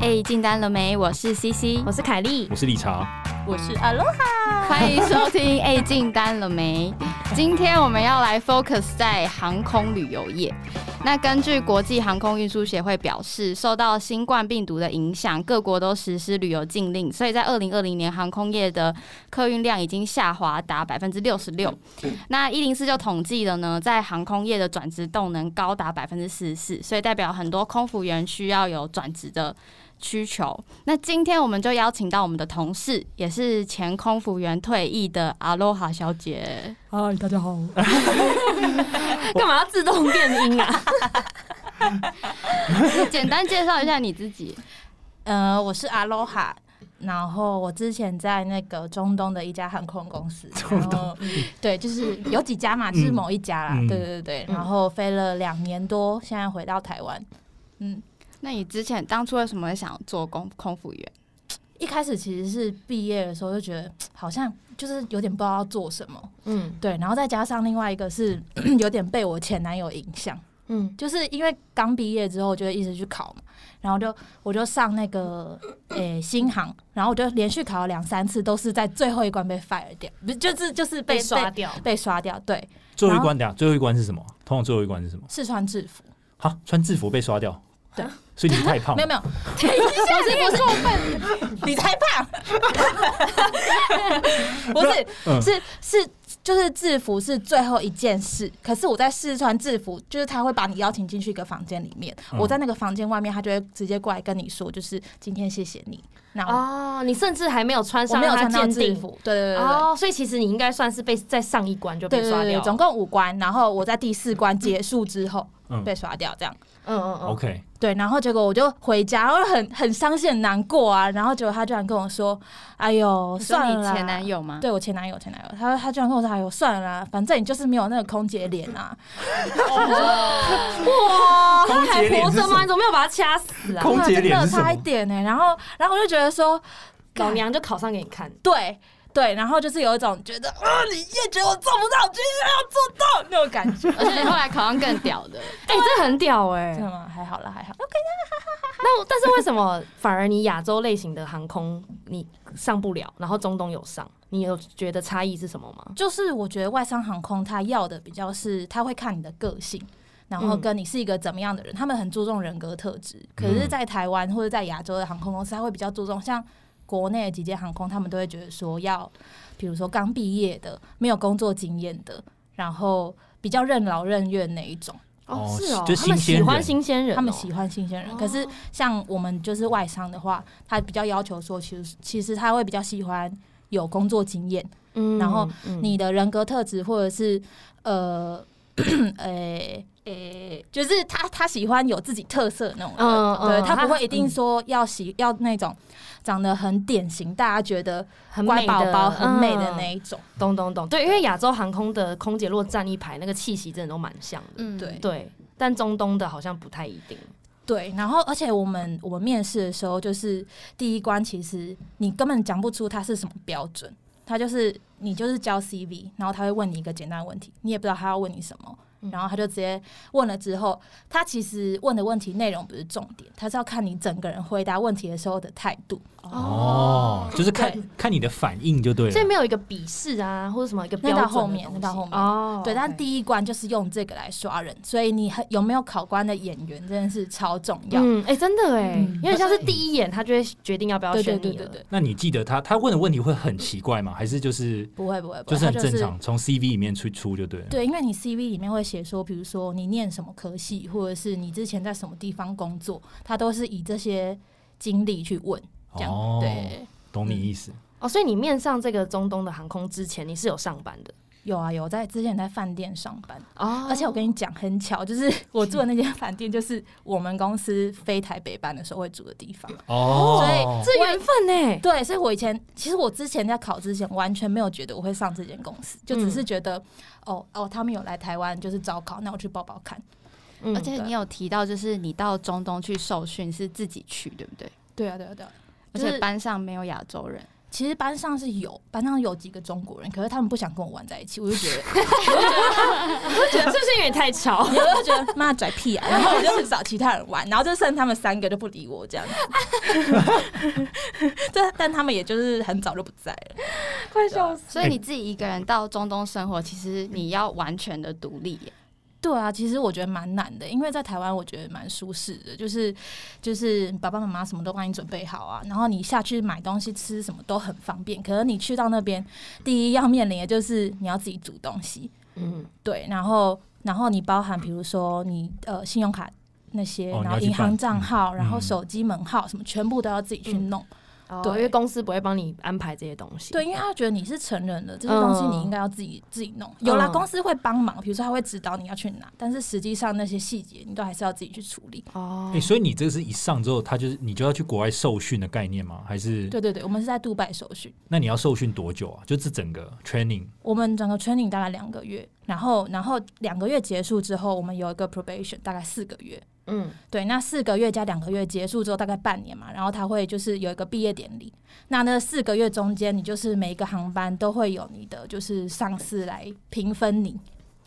哎，进单了没？我是 CC，我是凯莉，我是理查，我是阿罗哈。欢迎收听。哎，进单了没？今天我们要来 focus 在航空旅游业。那根据国际航空运输协会表示，受到新冠病毒的影响，各国都实施旅游禁令，所以在二零二零年航空业的客运量已经下滑达百分之六十六。那一零四就统计了呢，在航空业的转职动能高达百分之四十四，所以代表很多空服员需要有转职的。需求。那今天我们就邀请到我们的同事，也是前空服员退役的阿罗哈小姐。嗨，大 家好。干嘛要自动变音啊？ 简单介绍一下你自己。呃，我是阿罗哈。然后我之前在那个中东的一家航空公司，然后嗯对，就是有几家嘛，就是某一家啦，嗯对对对。然后飞了两年多，现在回到台湾。嗯，那你之前当初为什么会想做空空服员？一开始其实是毕业的时候就觉得好像就是有点不知道要做什么，嗯对。然后再加上另外一个是 有点被我前男友影响，嗯，就是因为刚毕业之后就会一直去考嘛，然后就我就上那个诶、新航，然后我就连续考了两三次，都是在最后一关被 fire 掉，不是就是就是被被掉。被刷掉。对，最后一关等下，最后一关是什么？通常最后一关是什么？是穿制服，哈，穿制服被刷掉。对，所以你是太胖没有了。没有，等一下，不是过分，你才 胖，不是嗯是是，就是制服是最后一件事。可是我在试穿制服，就是他会把你邀请进去一个房间里面，嗯我在那个房间外面，他就会直接过来跟你说，就是今天谢谢你。那我哦，你甚至还没有穿我上，没有让他穿到鉴制定。服，对对对对对。哦，所以其实你应该算是被再上一关就对被对刷对掉对，了。总共五关，然后我在第四关结束之后嗯被刷掉，这样嗯嗯嗯 OK，对，然后结果我就回家，然后很很伤心、很难过啊。然后结果他居然跟我说：“哎呦，你说算了你啦前男友吗？对我前男友，前男友，他他居然跟我说：“哎呦，算了啦，反正你就是没有那个空姐脸啊。哇，哦他空姐还脸活是着什么吗？你怎么没有把他掐死 啊？空哇”姐脸真的是什么差一点呢、然后然后我就觉得说，老娘就考上给你看。对对，然后就是有一种觉得啊、你越觉得我做不到，我就越要做到那种感 觉。 而且你后来考上更屌 的，哎，这很屌哎真。的吗？还好啦，还好。那我但是为什么反而你亚洲类型的航空你上不了，然后中东有上？你有觉得差异是什么吗？就是我觉得外商航空它要的比较是，它会看你的个性，然后跟你是一个怎么样的人，他们很注重人格特质。可是，在台湾或者在亚洲的航空公司，它会比较注重像。国内的几间航空，他们都会觉得说要，比如说刚毕业的、没有工作经验的，然后比较任劳任怨那一种，哦是哦，就他新们鲜喜欢人新鲜人哦，他们喜欢新鲜人。可哦是像我们就是外商的话，他比较要求说，其实其实他会比较喜欢有工作经验，嗯，然后嗯你的人格特质，或者是呃， 诶诶，就是他他喜欢有自己特色的那种人，嗯对嗯他不他会一定说要喜、要那种长得很典型，大家觉得很乖美宝的宝很美的嗯那一种。懂懂懂，对，因为亚洲航空的空姐若站一排，那个气息真的都蛮像的。嗯，对对，但中东的好像不太一定。对，然后而且我们我们面试的时候，就是第一关，其实你根本讲不出它是什么标准，它就是你就是交 CV，然后他会问你一个简单的问题，你也不知道他要问你什么，然后他就直接问了之后，他其实问的问题内容不是重点，他是要看你整个人回答问题的时候的态度。哦，就是看看你的反应就对所以了。没有一个笔试啊，或者什么一个标那准到的后面，东那西到后面。哦，对，但 OK 第一关就是用这个来刷人，所以你很有没有考官的眼缘真的是超重要。嗯，哎、真的哎、嗯因为像是第一眼他就会决定要不要对对选对你对了。对，那你记得他他问的问题会很奇怪吗？还是就是不会不会不就会，是他很正常，从 CV 里面去出就对了。对，因为你 CV 里面会写说，比如说你念什么科系，或者是你之前在什么地方工作，他都是以这些经历去问，这样、哦，对。懂你意思。哦，所以你面上这个中东的航空之前，你是有上班的有啊有，在之前在饭店上班，哦而且我跟你讲很巧，就是我住的那间饭店，就是我们公司飞台北班的时候会住的地方。哦，这缘分呢、对，所以我以前其实我之前在考之前完全没有觉得我会上这间公司，就只是觉得、哦哦，他们有来台湾就是招考，那我去报报看。嗯而且你有提到，就是你到中东去受训是自己去，对不对？对啊对啊对啊，而就是且班上没有亚洲人，其实班上是有班上有几个中国人，可是他们不想跟我玩在一起，我就觉 得，我就觉得是不是有点太吵？我就觉得妈拽屁 啊！然后我就找其他人玩，然后就剩他们三个就不理我这样 子。对，但他们也就是很早就不在了。 快笑死！哎所以你自己一个人到中东生活，其实你要完全的独立 耶。对啊，其实我觉得蛮难的，因为在台湾我觉得蛮舒适的，就是就是爸爸妈妈什么都帮你准备好啊，然后你下去买东西吃什么都很方便。可是你去到那边，第一要面临的就是你要自己煮东西，嗯，对，然后然后你包含比如说你呃信用卡那些，哦然你后要去银行办账嗯号，然后嗯手机门号什么，全部都要自己去嗯弄。哦对因为公司不会帮你安排这些东西。对，因为他觉得你是成人了，这些东西你应该要自己、自己弄。有啦，嗯公司会帮忙，比如说他会指导你要去哪，但是实际上那些细节你都还是要自己去处理。哦哎、，所以你这是一上之后，他就是你就要去国外受训的概念吗？还是对对对，我们是在杜拜受训，那你要受训多久啊？就这整个 training 我们整个 training 大概两个月，然后然后两个月结束之后，我们有一个 probation，大概四个月。嗯，对，那四个月加两个月结束之后，大概半年嘛，然后他会就是有一个毕业典礼。那那四个月中间，你就是每一个航班都会有你的就是上司来评分你，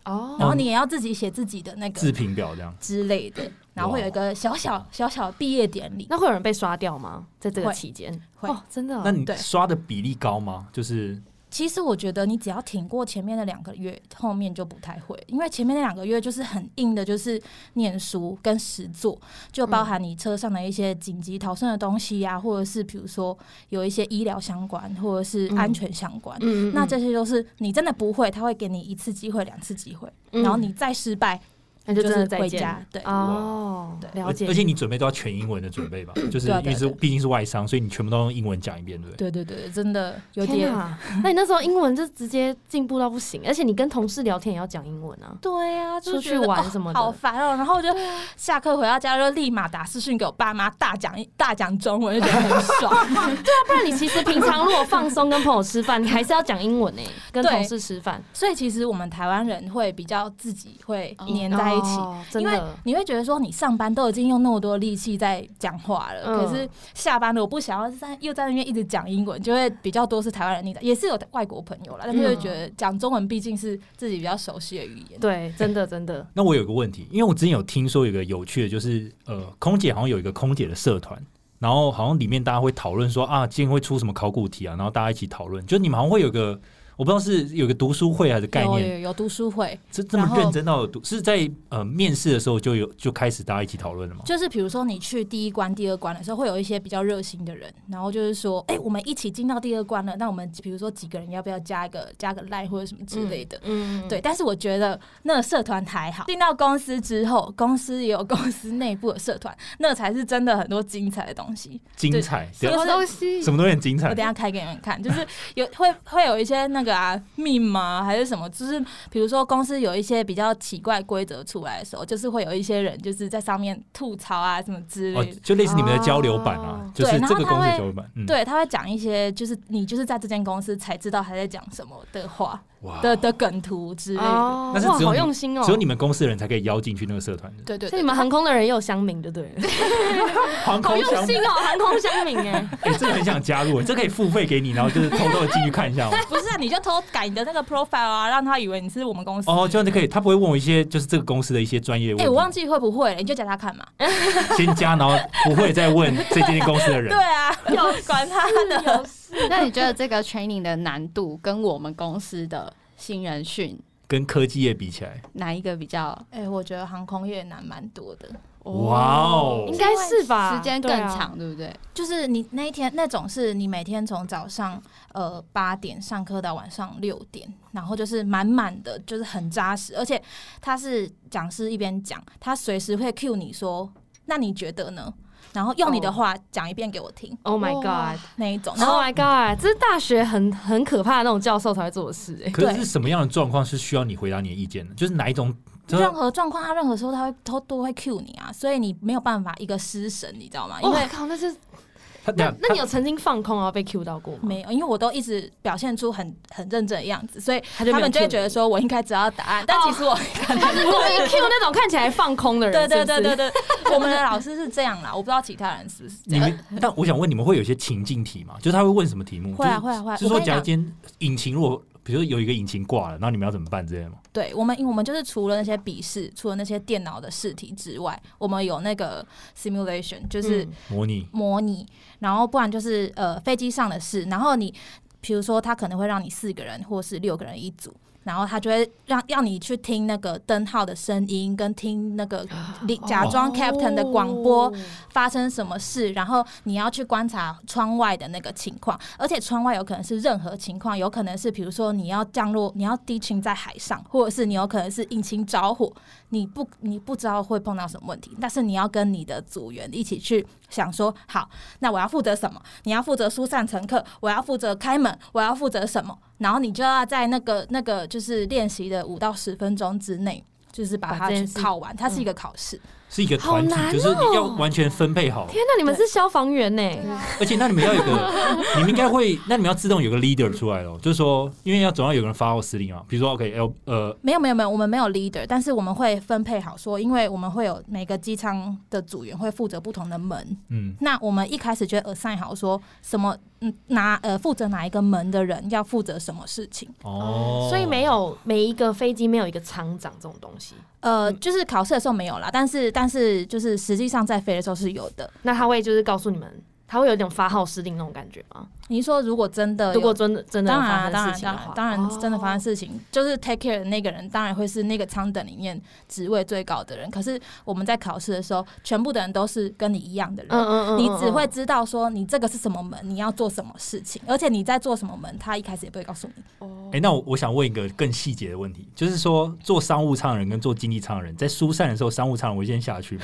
哦然后你也要自己写自己的那个自评表这样？之类的，然后会有一个小小小小毕业典礼。那会有人被刷掉吗？在这个会期间，会哦，真的哦，那你嗯对刷的比例高吗？就是其实我觉得你只要挺过前面的两个月，后面就不太会，因为前面那两个月就是很硬的，就是念书跟实作，就包含你车上的一些紧急逃生的东西呀、或者是比如说有一些医疗相关，或者是安全相关。嗯，嗯那这些都是你真的不会，他会给你一次机会、两次机会，嗯然后你再失败那就真是的再回见家。对，哦，对了而解。而且你准备都要全英文的准备吧，就是对啊因为对是啊对啊毕竟是外商，所以你全部都用英文讲一遍，对不对？对对对，对真的有天点啊，那你那时候英文就直接进步到不行，而且你跟同事聊天也要讲英文啊。对呀、就出觉去得玩哦什么的啊好烦哦、然后我就下课回到家就立马打视讯给我爸妈，大讲一大讲中文，就觉得很爽。啊不然你其实平常如果放松跟朋友吃饭，你还是要讲英文呢、欸跟对同事吃饭所以其实我们台湾人会比较自己会黏在一起。哦真因为的。你会觉得说，你上班都已经用那么多力气在讲话了，嗯可是下班了，我不想要在又在那边一直讲英文，就会比较多是台湾人，你也是有外国朋嗯友啦，但是会觉得讲中文毕竟是自己比较熟悉的语言。对，真的真 的，那我有个问题，因为我之前有听说有个有趣的，就是呃，空姐好像有一个空姐的社团，然后好像里面大家会讨论说啊，今天会出什么考古题啊，然后大家一起讨论，就你们好像会有个，我不知道是有个读书会还是概有念，有有读书会，这这么然后认真到有读是在呃面试的时候就有就开始大家一起讨论了吗？就是比如说你去第一关、第二关的时候，会有一些比较热心的人，然后就是说，哎、我们一起进到第二关了，那我们比如说几个人要不要加一个加个 line 或者什么之类的。嗯，对，但是我觉得那个社团还好。进到公司之后，公司也有公司内部的社团，那才是真的很多精彩的东西。精彩，对对啊就是西什么都很精我彩等一下开给你们看，就是有会会有一些那个啊密码还是什么，就是比如说公司有一些比较奇怪规则出来的时候，就是会有一些人就是在上面吐槽啊什么之类哦的。，就类似你们的交流版啊哦，就是对然这后个他公司的会交流版，嗯，对，他会讲一些就是你就是在这间公司才知道他在讲什么的话哇，的的梗图之类的。哦但是哇，只有好你用心哦，只有你们公司的人才可以邀进去那个社团的，对对所对以你们航空的人也有乡民，对不对了？ 航好空用相心哦，航空乡 民哎，哎、这个很想加入，这可以付费给你，然后就是偷偷的进去看一下吗？ 不是、啊，你就偷改你的那个 profile 啊，让他以为你是我们公司。哦，这样就可以，他不会问我一些就是这个公司的一些专业问哎、题。我忘记会不会了，你就叫他看嘛。先加，然后不会再 问这间公司的人对。啊，管他的。那你觉得这个 training 的难度跟我们公司的新人训跟科技业比起来，哪一个比较？ 哎、我觉得航空业难蛮多的，哇哦应该是吧？时间更长，对不对？就是你那一天那种是你每天从早上呃八点上课到晚上六点，然后就是满满的，就是很扎实，而且他是讲师一边讲，他随时会 cue 你说，那你觉得呢？然后用你的话讲一遍给我听对啊。Oh my 哇 god！那一种，然后 Oh my god！这是大学很很可怕的那种教授才会做的事哎、可对是是什么样的状况是需要你回答你的意见的？就是哪一种？就是任何状况，他任何时候哦他会都都会 cue 你啊，所以你没有办法一个失神，你知道吗？因我为靠，那是他那那那你有曾经放空然后被 Q 到过吗？没有，因为我都一直表现出很很认真的样子，所以他就没他有们就会 cue 觉得说我应该知道答案，哦但其实我可 能他是故意 Q 那种看起来放空的人，对对是不对是对对，我们的老师是这样啦，我不知道其他人是不是这你样。们，但我想问你们会有一些情境题吗？就是他会问什么题目？呃会啊会嗯就是啊会啊就是我说，跟你假讲如今天引擎如果，比如说有一个引擎挂了，那你们要怎么办之类的吗？对我们，我们就是除了那些笔试，除了那些电脑的试题之外，我们有那个 simulation，就是嗯模拟模拟，然后不然就是呃飞机上的事，然后你比如说他可能会让你四个人或是六个人一组。然后他就会让让你去听那个灯号的声音，跟听那个里假装 captain 的广播，哦发生什么事，然后你要去观察窗外的那个情况，而且窗外有可能是任何情况，有可能是比如说你要降落，你要低倾在海上，或者是你有可能是引擎着火，你不你不知道会碰到什么问题，但是你要跟你的组员一起去想说，好，那我要负责什么？你要负责疏散乘客，我要负责开门，我要负责什么？然后你就要在那个那个就是练习的五到十分钟之内。就是把把它这件去事考完，它是一个考试。是一个团体好难，哦就是你要完全分配好，天哪，啊你们是消防员欸呢？而且那你们要有一 个，你们应该会，那你们要自动有个 leader 出来哦，就是说，因为要总要有个人发号施令嘛，比如说 OK L 呃没有没有没有，我们没有 leader，但是我们会分配好说，因为我们会有每个机舱的组员会负责不同的门。嗯那我们一开始就会 assign 好说什么，嗯，哪呃负责哪一个门的人要负责什么事情。哦，所以没有每一个飞机没有一个舱长这种东西，呃，嗯就是考试的时候没有啦，但是但是就是实际上在飞的时候是有的。那他会就是告诉你们，他会有一种发号施令那种感觉吗？你是说如果真的有如果真的真的呃当然啊有发当生事然当情的话然，当然真的发生哦事情，就是 take care 的那个人当然会是那个舱等里面职位最高的人。可是我们在考试的时候，全部的人都是跟你一样的人。嗯嗯嗯，你嗯只会嗯知道说你这个是什么门，你要做什么事情，而且你在做什么门，他一开始也不会告诉你。哎、那我我想问一个更细节的问题，就是说，做商务舱的人跟做经济舱的人，在疏散的时候，商务舱的人会先下 去吗，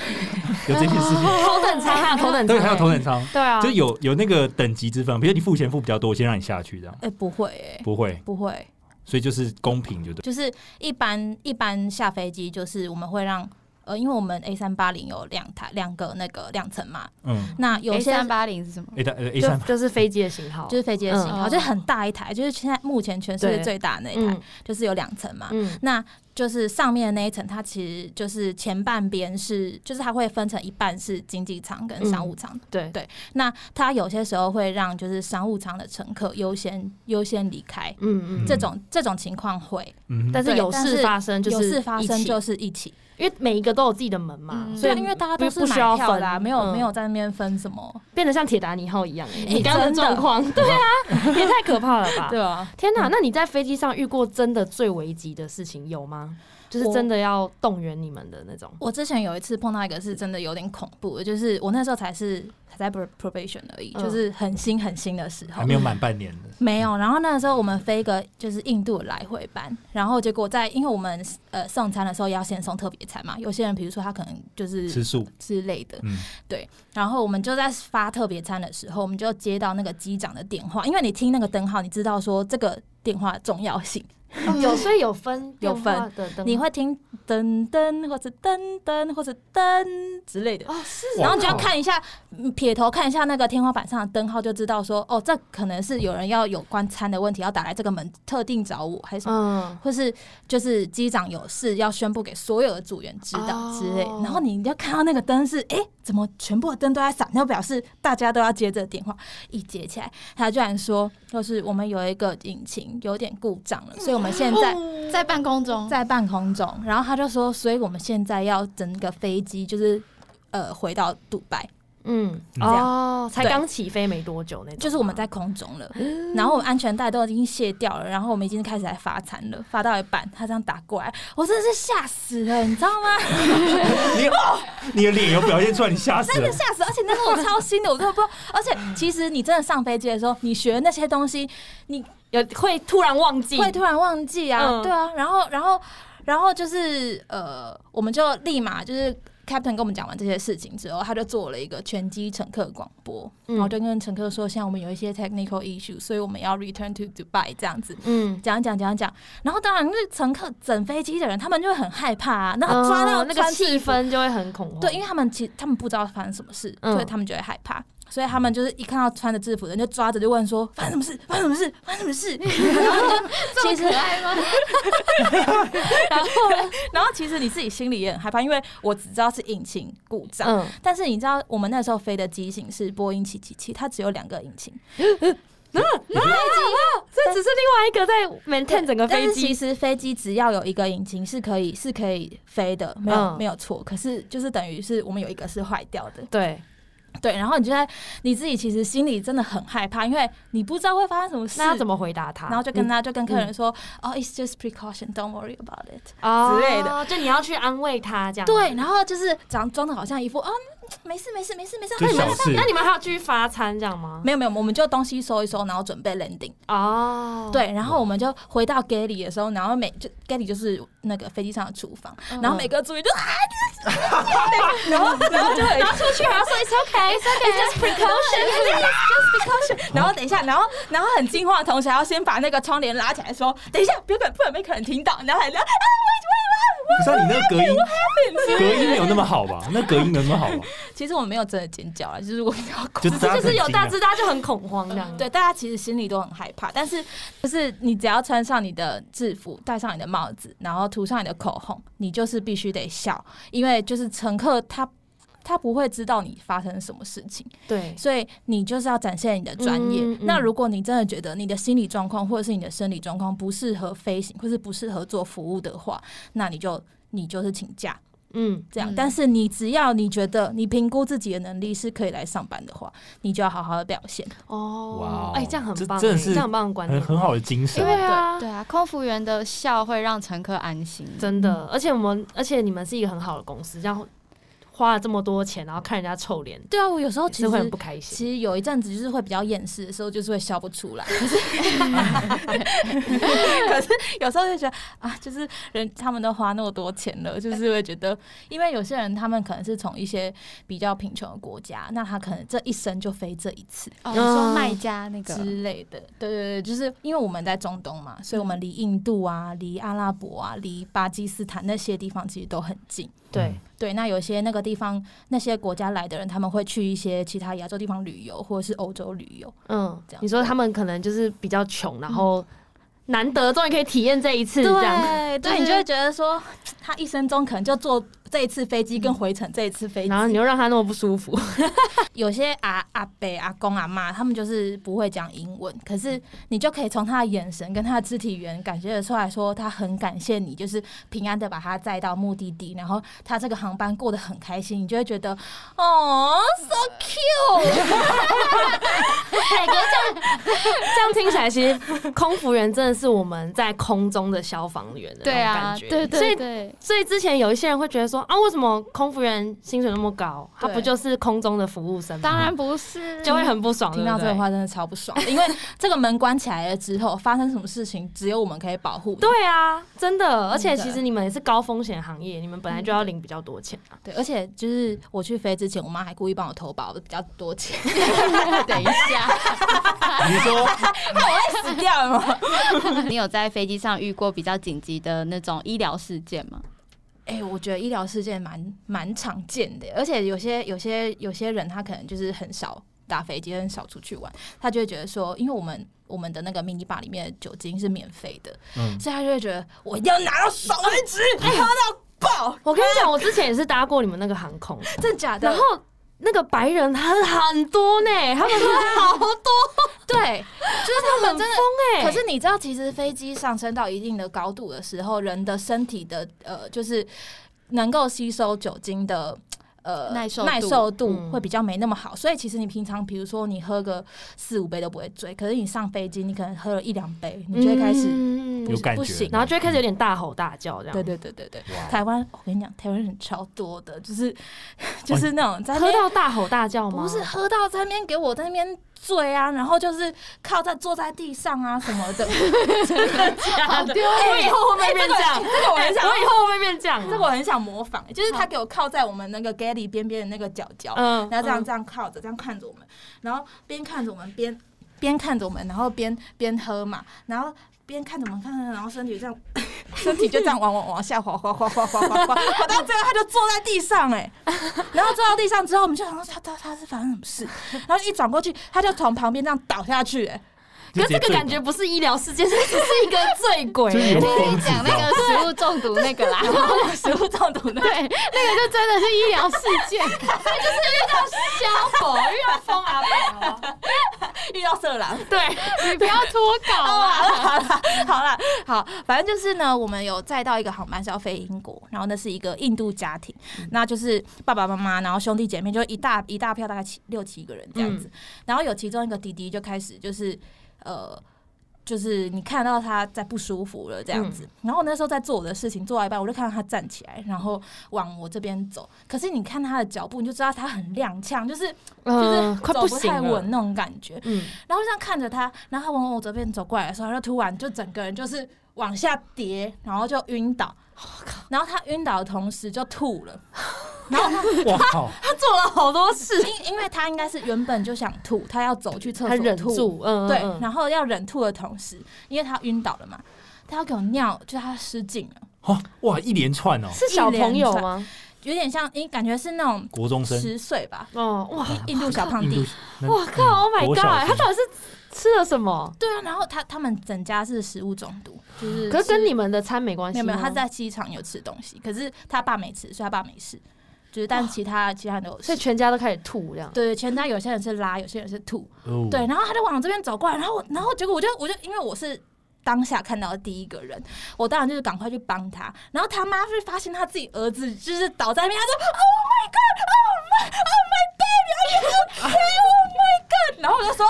有这件事情，头等舱 还有头等舱，对，还有头等舱，对啊，就有有那个等级之分，比如你付钱付比较多，先让你下去，这样哎、不会、哎，不会，欸不会，所以就是公平，就对。就是一般一般下飞机就是我们会让。呃，因为我们 A 三八零有两台两个那个两层嘛，嗯那有有些三八零是什么？ ，A 三呃 A 就三就是飞机的型号，就是飞机的型号，嗯就是很大一台，就是现在目前全世界对最大的那一台，嗯就是有两层嘛。嗯那就是上面的那一层，它其实就是前半边是，就是它会分成一半是经济舱跟商务舱，对对那它有些时候会让就是商务舱的乘客优先优先离开，嗯嗯，这种这种情况会嗯但哼，是对有但事是发生就是啊有事发一生起就是一起，因为每一个都有自己的门嘛，嗯所以对，因为大家都不是不买需要票分啦，没有没嗯有在那边分什么，变得像铁达尼号一样欸。你哎刚刚的真的状况，嗯对啊，也太可怕了吧？啊，天哪！那你在飞机上遇过真的最危急的事情有吗？就是我真的要动员你们的那种。我之前有一次碰到一个是真的有点恐怖的，就是我那时候才是才在 pro- probation 而已，嗯就是很新很新的时候还，没有满半年的，没有。然后那个时候我们飞一个就是印度的来回班，然后结果在因为我们呃送餐的时候要先送特别餐嘛，有些人比如说他可能嗯就是吃素，之类的，嗯，然后我们就在发特别餐的时候，我们就接到那个机长的电话，因为你听那个灯号，你知道说这个电话的重要性， 有，所以有分有分电话的灯，你会听噔噔或者噔噔或者噔之类的。哦是哇然后你就要靠看一下，嗯撇头看一下那个天花板上的灯号，就知道说，哦，这可能是有人要有关餐的问题，要打来这个门特定找我，还是什么，嗯，或是就是机长有事要宣布给所有的组员知道之类。哦然后你就看到那个灯是，哎、怎么全部的灯都在闪？那表示大家都要接这个电话。一接起来，他居然说，就是我们有一个引擎有点故障了，所以我们现在在半空中，在半空中，然后他就说，所以我们现在要整个飞机就是呃回到杜拜，嗯这哦，才对刚起飞没多久那种吗，就是我们在空中了，然后我们安全带都已经卸掉了，然后我们已经开始来罚餐了，罚到一半他这样打过来，我真的是吓死了，你知道吗？你你的脸有表现出来，你吓死真的了。吓死，而且那时候我超新的，我真的不知道。而且其实你真的上飞机的时候，你学的那些东西有会突然忘记，会突然忘记啊，嗯对啊，然后然后然后就是呃，我们就立马就是。Captain 跟我们讲完这些事情之后，他就做了一个全机乘客广播，嗯然后就跟乘客说，现在我们有一些 technical issue，所以我们要 return to Dubai 这样子。嗯，讲一讲讲一讲，然后当然是乘客整飞机的人，他们就会很害怕啊，然后抓到哦那个穿制气服，氛就会很恐慌，对，因为他们其实他们不知道发生什么事，哦嗯所以他们就会害怕。所以他们就是一看到穿着制服的人就抓着就问 说发生什么事，发生什么事，发生什么事。然后就这么可爱吗？然后 然后其实你自己心里也很害怕，因为我只知道是引擎故障，嗯，但是你知道我们那时候飞的机型是波音七七七，它只有两个引擎。这只是另外一个在 maintain 整个但飞是其机，实飞机只要有一个引擎是可以是可以飞的，没有、嗯没有错。可是就是等于是我们有一个是坏掉的，对，对。然后你就在你自己其实心里真的很害怕，因为你不知道会发生什么事。那要怎么嗯回答他？然后就跟他就跟客人说，哦、i t s just precaution, don't worry about it。哦之类的，就你要去安慰他这样。对，然后就是装装的好像一副啊、没事没事没事没事，哎没就事小事那你们还要继续发餐这样吗？没有没有，我们就东西收一收，然后准备 landing。哦，，对，然后我们就回到 galley 的时候，然后每就 galley 就是那个飞机上的厨房，然后每个助理就啊，然后然后就有一出去还要说 it's okay, it's okay, just precaution。然后等一下，然后然后很惊慌的同时，还要先把那个窗帘拉起来，说等一下，不要不然被客人听到，然后还聊啊，不是啊你那个隔音，我也我隔也音没有那么好吧？那隔音没有那么好吧？ 其实我没有真的尖叫啊，就是我比较恐就只是是大家就是有很惊啊大讶只，大家就很恐慌这样。对，大家其实心里都很害怕，但是就是你只要穿上你的制服，戴上你的帽子，然后涂上你的口红，你就是必须得笑，因为就是乘客他他不会知道你发生什么事情，对，所以你就是要展现你的专业。嗯嗯那如果你真的觉得你的心理状况或者是你的生理状况不适合飞行，或是不适合做服务的话，那你就你就是请假嗯，这样。嗯但是你只要你觉得你评估自己的能力是可以来上班的话，你就要好好的表现。哇哦，哦哎，这样这很棒欸，真的是这样很棒的观很念，很好的精神对。啊对。啊，空服员的笑会让乘客安心。真的，而且我们，而且你们是一个很好的公司，这样花了这么多钱，然后看人家臭脸，对啊，我有时候也其是会很实不。开心。其实有一阵子就是会比较厌世的时候，就是会笑不出来。可是，可是有时候就觉得啊，就是人他们都花那么多钱了，就是会觉得，因为有些人他们可能是从一些比较贫穷的国家，那他可能这一生就飞这一次哦，你说卖家那个，之类的。对对对，就是因为我们在中东嘛，所以我们离印度啊、离阿拉伯啊、离巴基斯坦那些地方其实都很近。嗯对，对，那有些那个地方那些国家来的人，他们会去一些其他亚洲地方旅游，或者是欧洲旅游。嗯这，样你说他们可能就是比较穷，然嗯后难得终于可以体验这一次，这样，对，就对是你就会觉得说，他一生中可能就坐这一次飞机跟回程这一次飞机。嗯然后你又让他那么不舒 服，有些阿阿伯、阿公、阿妈，他们就是不会讲英文，可是你就可以从他的眼神跟他的肢体语言感觉得出来说，他很感谢你，就是平安的把他载到目的地，然后他这个航班过得很开心，你就会觉得，哦，so cute。这样听起来，其实空服员真的是我们在空中的消防员的那对种啊，感觉，对所对以对，所以之前有一些人会觉得说啊，为什么空服员薪水那么高？他对不就是空中的服务生吗？当然不是，就会很不爽。听到这对个不对，话真的超不爽的，因为这个门关起来了之后，发生什么事情只有我们可以保护你。对啊，真的。而且其实你们也是高风险行业，你们本来就要领比较多钱啊。对，而且就是我去飞之前，我妈还故意帮我投保比较多钱，等一下。啊你说 死掉了吗？ 你有在飞机上遇过比较紧急的那种医疗事件吗？ 哎、我觉得医疗事件蛮蛮常见的，而且有些有些有些人他可能就是很少打飞机，很少出去玩，他就会觉得说，因为我们我们的那个迷你吧里面的酒精是免费的，嗯所以他就会觉得我一定要拿到爽为止，喝到爆，我跟你讲，我之前也是搭过你们那个航空，真假的然？后那个白人很很多 呢，他们真的 好多，对，就是他们真 的哎可是你知道，其实飞机上升到一定的高度的时候，人的身体的呃，就是能够吸收酒精的。呃，耐受度耐受度嗯会比较没那么好，所以其实你平常比如说你喝个四五杯都不会醉，可是你上飞机你可能喝了一两杯，你就会开始，嗯有感不觉行，然后就会开始有点大吼大叫这样。对对对对对。哇，台湾，我跟你讲，台湾人超多的，就是 就是那种在那喝边到大吼大叫吗？不是喝到在那边给我在那边醉啊，然后就是靠在坐在地上啊什 么的，好丢我以脸！后会不会变这样？哎这个我很想啊我以后会不会变这样啊？这个我很想模仿，欸就是他给我靠在我们那个 galley 边边的那个角角，嗯然后这样这样靠着，这样看着我们，然后边看着我们边边看着我们，然后边边喝嘛，然后。边看怎么看，然后身体这样， 身体就这样往往往下滑滑滑滑滑滑滑，滑到最后他就坐在地上哎、然后坐到地上之后，我们就想说他他他是发生什么事，然后一转过去他就从旁边这样倒下去 哎、可是这个感觉不是医疗事件，这只是一个醉鬼、就是有 就疯是子讲那这样个食物中毒那个啦， 食物中毒那对，那个就真的是医疗事 件，消狗遇到疯啊阿伯了，遇到色狼。对，你不要脱稿啊！ 好啦，好，反正就是呢，我们有载到一个航班是要飞英国，然后那是一个印度家庭，嗯那就是爸爸妈妈，然后兄弟姐妹，就一大一大票，大概七六七个人这样子。嗯然后有其中一个弟弟就开始就是呃。就是你看到他在不舒服了这样子，嗯然后我那时候在做我的事情，做到一半我就看到他站起来，然后往我这边走。可是你看他的脚步，你就知道他很踉跄，就是就是嗯快走不不行太了稳，那种感觉。嗯，然后这样看着他，然后他往我这边走过来的时候，他就突然就整个人就是往下跌，然后就晕倒。然后他晕倒的同时就吐了，然后他哇靠！他做了好多事，因因为他应该是原本就想吐，他要走去厕他所忍吐，住，嗯，对，嗯然后要忍吐的同时，因为他晕倒了嘛，他要给我尿，就他失禁了，哇哇一连串哦，是小朋友吗？有点像，因感觉是那种国中生，十岁吧，哦，哇印度小胖啊印弟度，，那哇靠，Oh 嗯 my 国 god！小生他到底是吃了什么？对啊，然后他他们整家是食物中毒，就是可是跟你们的餐没关没系有吗，没有，他在机场有吃东西，可是他爸没吃，所以他爸没事。就是，但其他其他人都有所吃以。全家都开始吐这样。对，全家有些人是拉，有些人是吐。哦对，然后他就往这边走过来，然后我然后结果我就我就因为我是当下看到的第一个人，我当然就是赶快去帮他。然后他妈就发现他自己儿子就是倒在那边，他说：“Oh my god, oh my, oh my baby, are you okay? Oh my god！” 然后我就说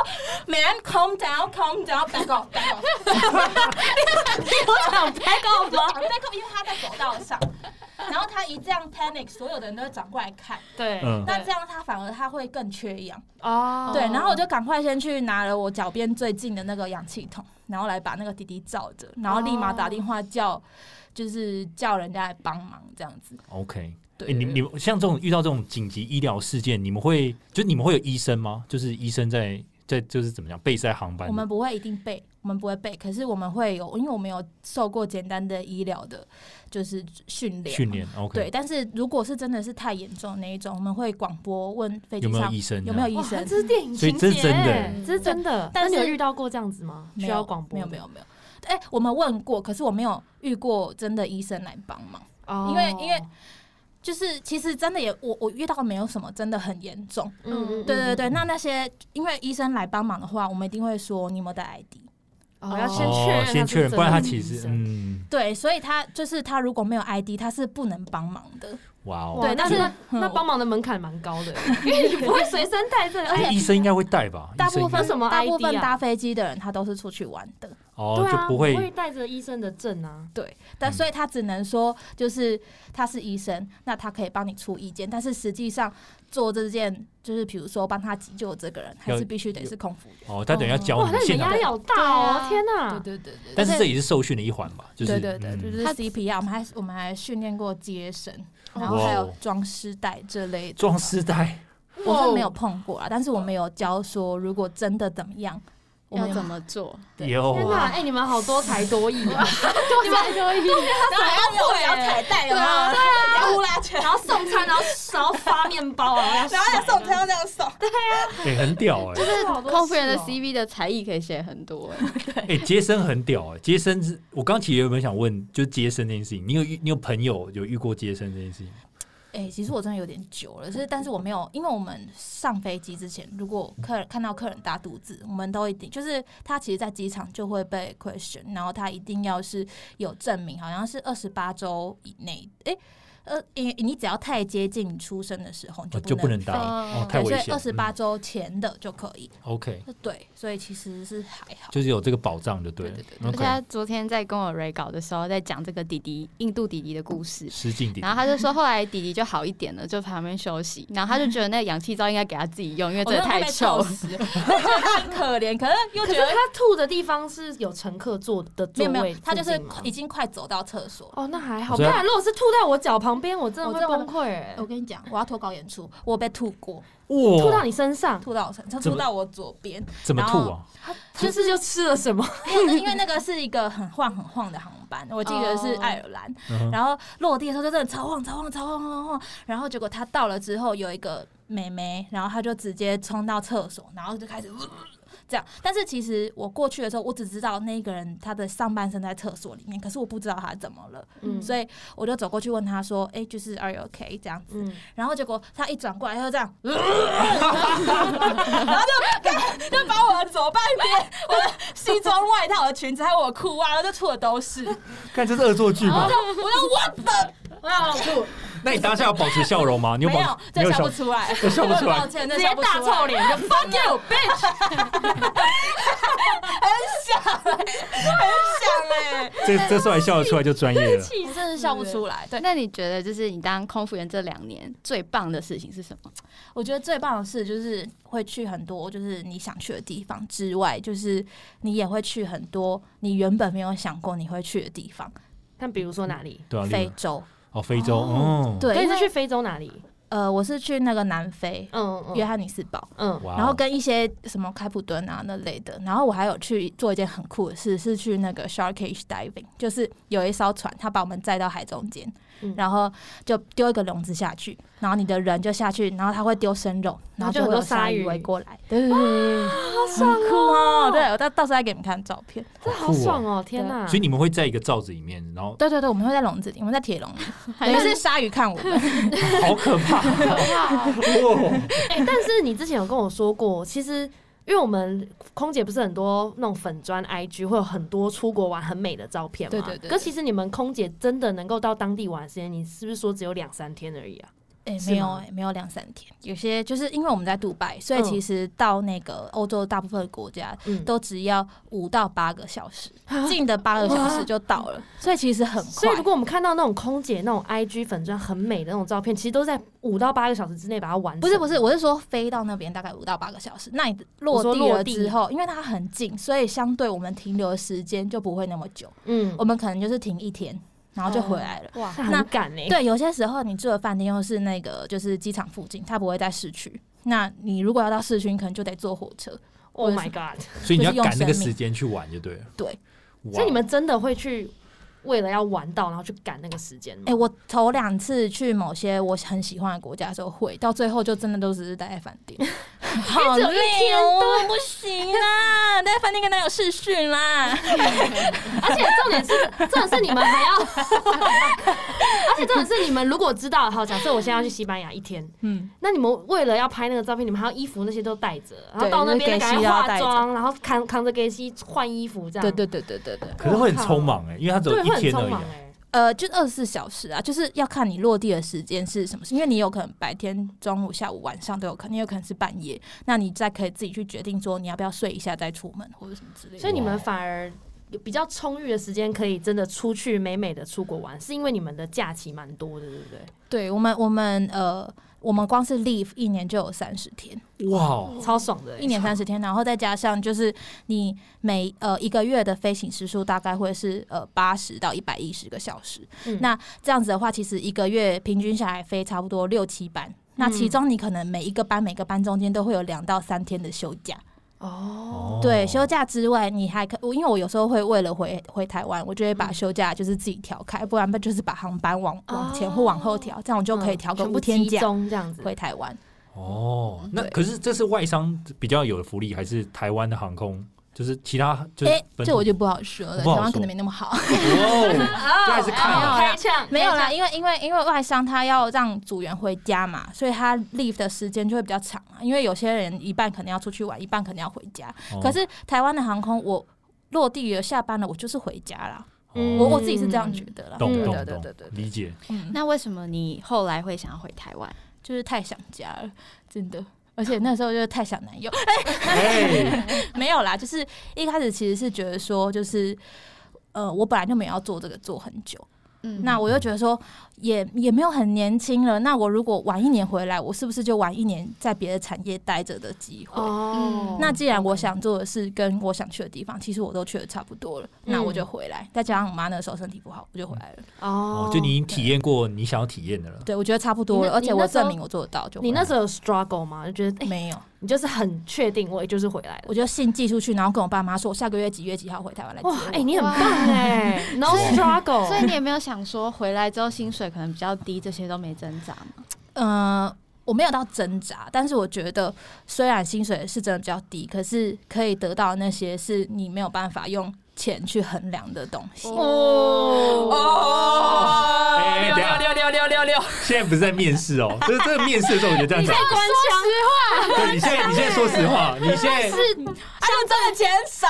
：“Man, calm down, calm down, back off, back off。” 我想 back off 我？讲 back off，因为他在走道上。然后他一这样 panic，所有的人都会转过来看。对嗯那这样他反而他会更缺氧。哦对，然后我就赶快先去拿了我脚边最近的那个氧气筒，然后来把那个弟弟罩着，然后立马打电话叫，就是叫人家来帮忙这样子。 ，OK。对，欸、你你们像这种遇到这种紧急医疗事件，你们会就你们会有医生吗？就是医生在在就是怎么讲备赛航班的？我们不会一定背，我们不会背，可是我们会有，因为我们有受过简单的医疗的，就是训练。训练 OK 对，但是如果是真的是太严重的那一种，我们会广播问飞机有没有上医生？啊有没有医哇生，这是电影所以情这是节，真的这是真的。但但是你有遇到过这样子吗？需没要有广播？没有没有没有。哎、我们问过，可是我没有遇过真的医生来帮忙。哦，因为因为就是其实真的也，我我遇到没有什么真的很严重。嗯，对对对，那那些因为医生来帮忙的话，我们一定会说你有没有带 ID。我要先确认哦他，先是确认，真不然的他是其医实生嗯，对，所以他就是他如果没有 ID，他是不能帮忙的。哇哦，哇对，但那是嗯那帮忙的门槛蛮高的，因为你不会随身带啊这个，而哎欸且医生应该会带吧？大医生部应该有分什么大部 ID 分啊搭飞机的人，他都是出去玩的。哦对就啊，不不会会带着医生的证啊。对，但嗯所以他只能说，就是他是医生，那他可以帮你出意见，但是实际上做这件，就是比如说帮他急救的这个人，还要是必须得是空服员。哦，他等于要教哇，你那你现们场压，力好大对哦！啊天哪，对对对但是这也是受训的一环吧？就是对对对，嗯就是 CPR，我们还我们还训练过接绳，哦然后还有哇哦装尸袋这类的。装，尸袋，我哦哦是没有碰过啊，但是我们有教说，如果真的怎么样，我要们有怎么做？对有天哪，哎，你们好多才 多艺啊，你们可以还要有摇彩带，有没有？对啊，呼啦圈，然后送餐，然后然后发面包啊，然后要送，他要这样送。哎，很屌哎，就是空服员的哦 CV 的才艺可以写很多、欸，哎，接生很屌哎，接生是，我刚其实原本想问，就是接生这件事情，你有遇你有朋友有遇过接生这件事情？哎、其实我真的有点久了，是，但是我没有，因为我们上飞机之前，如果客人看到客人拉肚子，我们都一定就是他其实，在机场就会被 question，然后他一定要是有证明，好像是二十八周以内，哎、呃，你你只要太接近出生的时候，你哦就就不能飞搭哦，太嗯对，所危以险。二十八周前的就可以。呃嗯，OK，对，所以其实是还好。就是有这个保障就对了对。而且 OK，他昨天在跟我 re 稿的时候，在讲这个弟弟印度弟弟的故事，失禁点然后他就说后来弟弟就好一点了，就旁边休息，然后他就觉得那个氧气罩应该给他自己用，因为我真的真的太快被臭臭了。死 了，我觉得很可怜，可是又可觉是得他吐的地方是有乘客坐的没座有没有位，附近吗，他就是已经快走到厕所了，哦，那还好。我觉不得然如果是吐在我脚旁边，我真的我会真的崩溃、欸，我跟你讲，我要脱稿演出，我被吐过，吐到哇，你身上，吐到我身上，怎吐么到我左边。怎么吐啊？就是就吃了什么，因为因为那个是一个很晃很晃的航班，我记得是爱尔兰。嗯哼然后落地的时候就真的超晃超晃超晃晃晃，然后结果他到了之后有一个妹妹，然后她就直接冲到厕所，然后就开始、呃这样。但是其实我过去的时候，我只知道那个人他的上半身在厕所里面，可是我不知道他怎么了，嗯，所以我就走过去问他说：“哎、就是 Are you OK？” 这样子。 嗯，然后结果他一转过来，他就这样， 呃然后就就把我的左半边、我的西装外套、我的裙子还有我的裤袜，然后就吐的都是。看这是恶作剧吧？我就我的，我要哦吐，那你当下有保持笑容吗？你有没保有，这你有笑笑不？出 来，笑不出来抱歉，这直笑接不大出来臭脸，就 fuck you bitch， 很像 哎、这这算笑得出来就专业了。我真的笑不出来。对，那你觉得就是你当空服员这两年最棒的事情是什么？我觉得最棒的事就是会去很多就是你想去的地方之外，就是你也会去很多你原本没有想过你会去的地方，但比如说哪里？对啊，例非如洲。哦，非洲哦哦，对，所以因是为去非洲哪里？呃，我是去那个南非。嗯嗯约翰尼斯堡，嗯，哇哦，然后跟一些什么开普敦啊那类的，然后我还有去做一件很酷的事，是去那个 shark cage diving，就是有一艘船，它把我们载到海中间，嗯然后就丢一个笼子下去，然后你的人就下去，然后它会丢生肉，然后就就很会有多鲨鲨鱼鱼围过来，对对对对，好爽酷哦！嗯对，我到到时候再给你们看照片。这好爽哦！天哪，啊所以你们会在一个罩子里面，然后对对对，我们会在笼子里，我们在铁笼里， 等于是鲨鱼看我 们。好可怕哇！哦哎但是你之前有跟我说过，其实因为我们空姐不是很多那种粉砖 IG 会有很多出国玩很美的照片嘛，对对对对可其实你们空姐真的能够到当地玩的时间，你是不是说只有两三天而已啊？哎、是没有吗哎、没有两三天，有些就是因为我们在杜拜，所以嗯其实到那个欧洲大部分国家嗯，都只要五到八个小时，近的八个小时就到了，所以其实很所快以，如。果我们看到那种空姐那种 IG 粉砖很美的那种照片，其实都在五到八个小时之内把它完成。不是不是，我是说飞到那边大概五到八个小时，那你落地我说落了地之后，因为它很近，所以相对我们停留的时间就不会那么久，嗯，我们可能就是停一天，然后就回来了。哇，那很赶呢、欸。对，有些时候你住的饭店又是那个就是机场附近，它不会在市区，那你如果要到市区，你可能就得坐火车。 ，Oh my god！所以你要就是用赶那个生命时间去玩就对了。对哇，哦所以你们真的会去为了要玩到，然后去赶那个时间吗？哎、我头两次去某些我很喜欢的国家的时候会，到最后就真的都只是待在饭 店，好只有一累哦，不行啊啦， 待在饭店跟男友视讯 啦，而且重点是，重点是你们还要，而且重点是你们如果知道，好，假设我现在要去西班牙一天，嗯，那你们为了要拍那个照片，你们还要衣服那些都带着，然后对到那就是边赶 Geisha 快要化带着妆，然后扛扛着给西换衣服这样，对对对对对对，可是会很匆忙哎，因为它只有对，一会很天匆而已忙啊。哎。呃，就二十四小时啊，就是要看你落地的时间是什么时，因为你有可能白天、中午、下午、晚上都有可能，也有可能是半夜，那你再可以自己去决定说你要不要睡一下再出门或者什么之类的。所以你们反而有比较充裕的时间，可以真的出去美美的出国玩，是因为你们的假期蛮多的，对不对？对我们，我们呃，我们光是 leave 一年就有三十天。哇哦，超爽的欸、一年三十天，然后再加上就是你每呃一个月的飞行时数大概会是呃八十到一百一十个小时。嗯那这样子的话，其实一个月平均下来飞差不多六七班。那嗯其中你可能每一个班每个班中间都会有两到三天的休假，哦，哦对，休假之外你还可，我因为我有时候会为了回回台湾，我就会把嗯休假就是自己调开，不然就是把航班往往前哦嗯或往后调，这样我就可以调个全五部天集假中这样子。回台湾。哦，那对可是这是外商比较有的福利，还是台湾的航空？就是其他就是哎，本土这我就不好说了，不台好湾可说能没那么好。 哦，这还是看啊哎呦开枪没有啦，，因为因为因为外商他要让组员回家嘛，所以他 leave 的时间就会比较长嘛。因为有些人一半可能要出去玩，一半可能要回家。哦啊可是台湾的航空，我落地了下班了，我就是回家啦。嗯我哦我自己是这样觉得啦。懂嗯懂对对懂对对，对，理解。嗯，那那为什么你后来会想要回台湾？就是太想家了，真的。而且那时候就是太想男友， 哎，没有啦，就是一开始其实是觉得说，就是呃，我本来就没有要做这个做很久，嗯那我又觉得说也也没有很年轻了，那我如果晚一年回来，我是不是就晚一年在别的产业待着的机会？哦那既然我想做的事跟我想去的地方，其实我都去的差不多了，那嗯我就回来。再加上我妈那个时候身体不好，我就回来了。哦哦，就你已经体验过你想要体验的了。对，我觉得差不多了，你那而且你我那时候证明我做得到就回你来那时候有 struggle 吗？就觉得哎、没有，你就是很确定，我也就是回来了。我就信寄出去，然后跟我爸妈说，我下个月几月几号回台湾来接哇，我。哎、你很棒哎、n o 所以 struggle。所以你也没有想说回来之后薪水可能比较低，这些都没增长吗？呃，我没有到挣扎，但是我觉得虽然薪水是真的比较低，可是可以得到那些是你没有办法用钱去衡量的东西。哦，哎等一下六六六六六，现在不是在面试 哦，就是这个面试的时候，我觉得这样讲，关枪。对你现在你现在说实话，你现在像挣的钱少，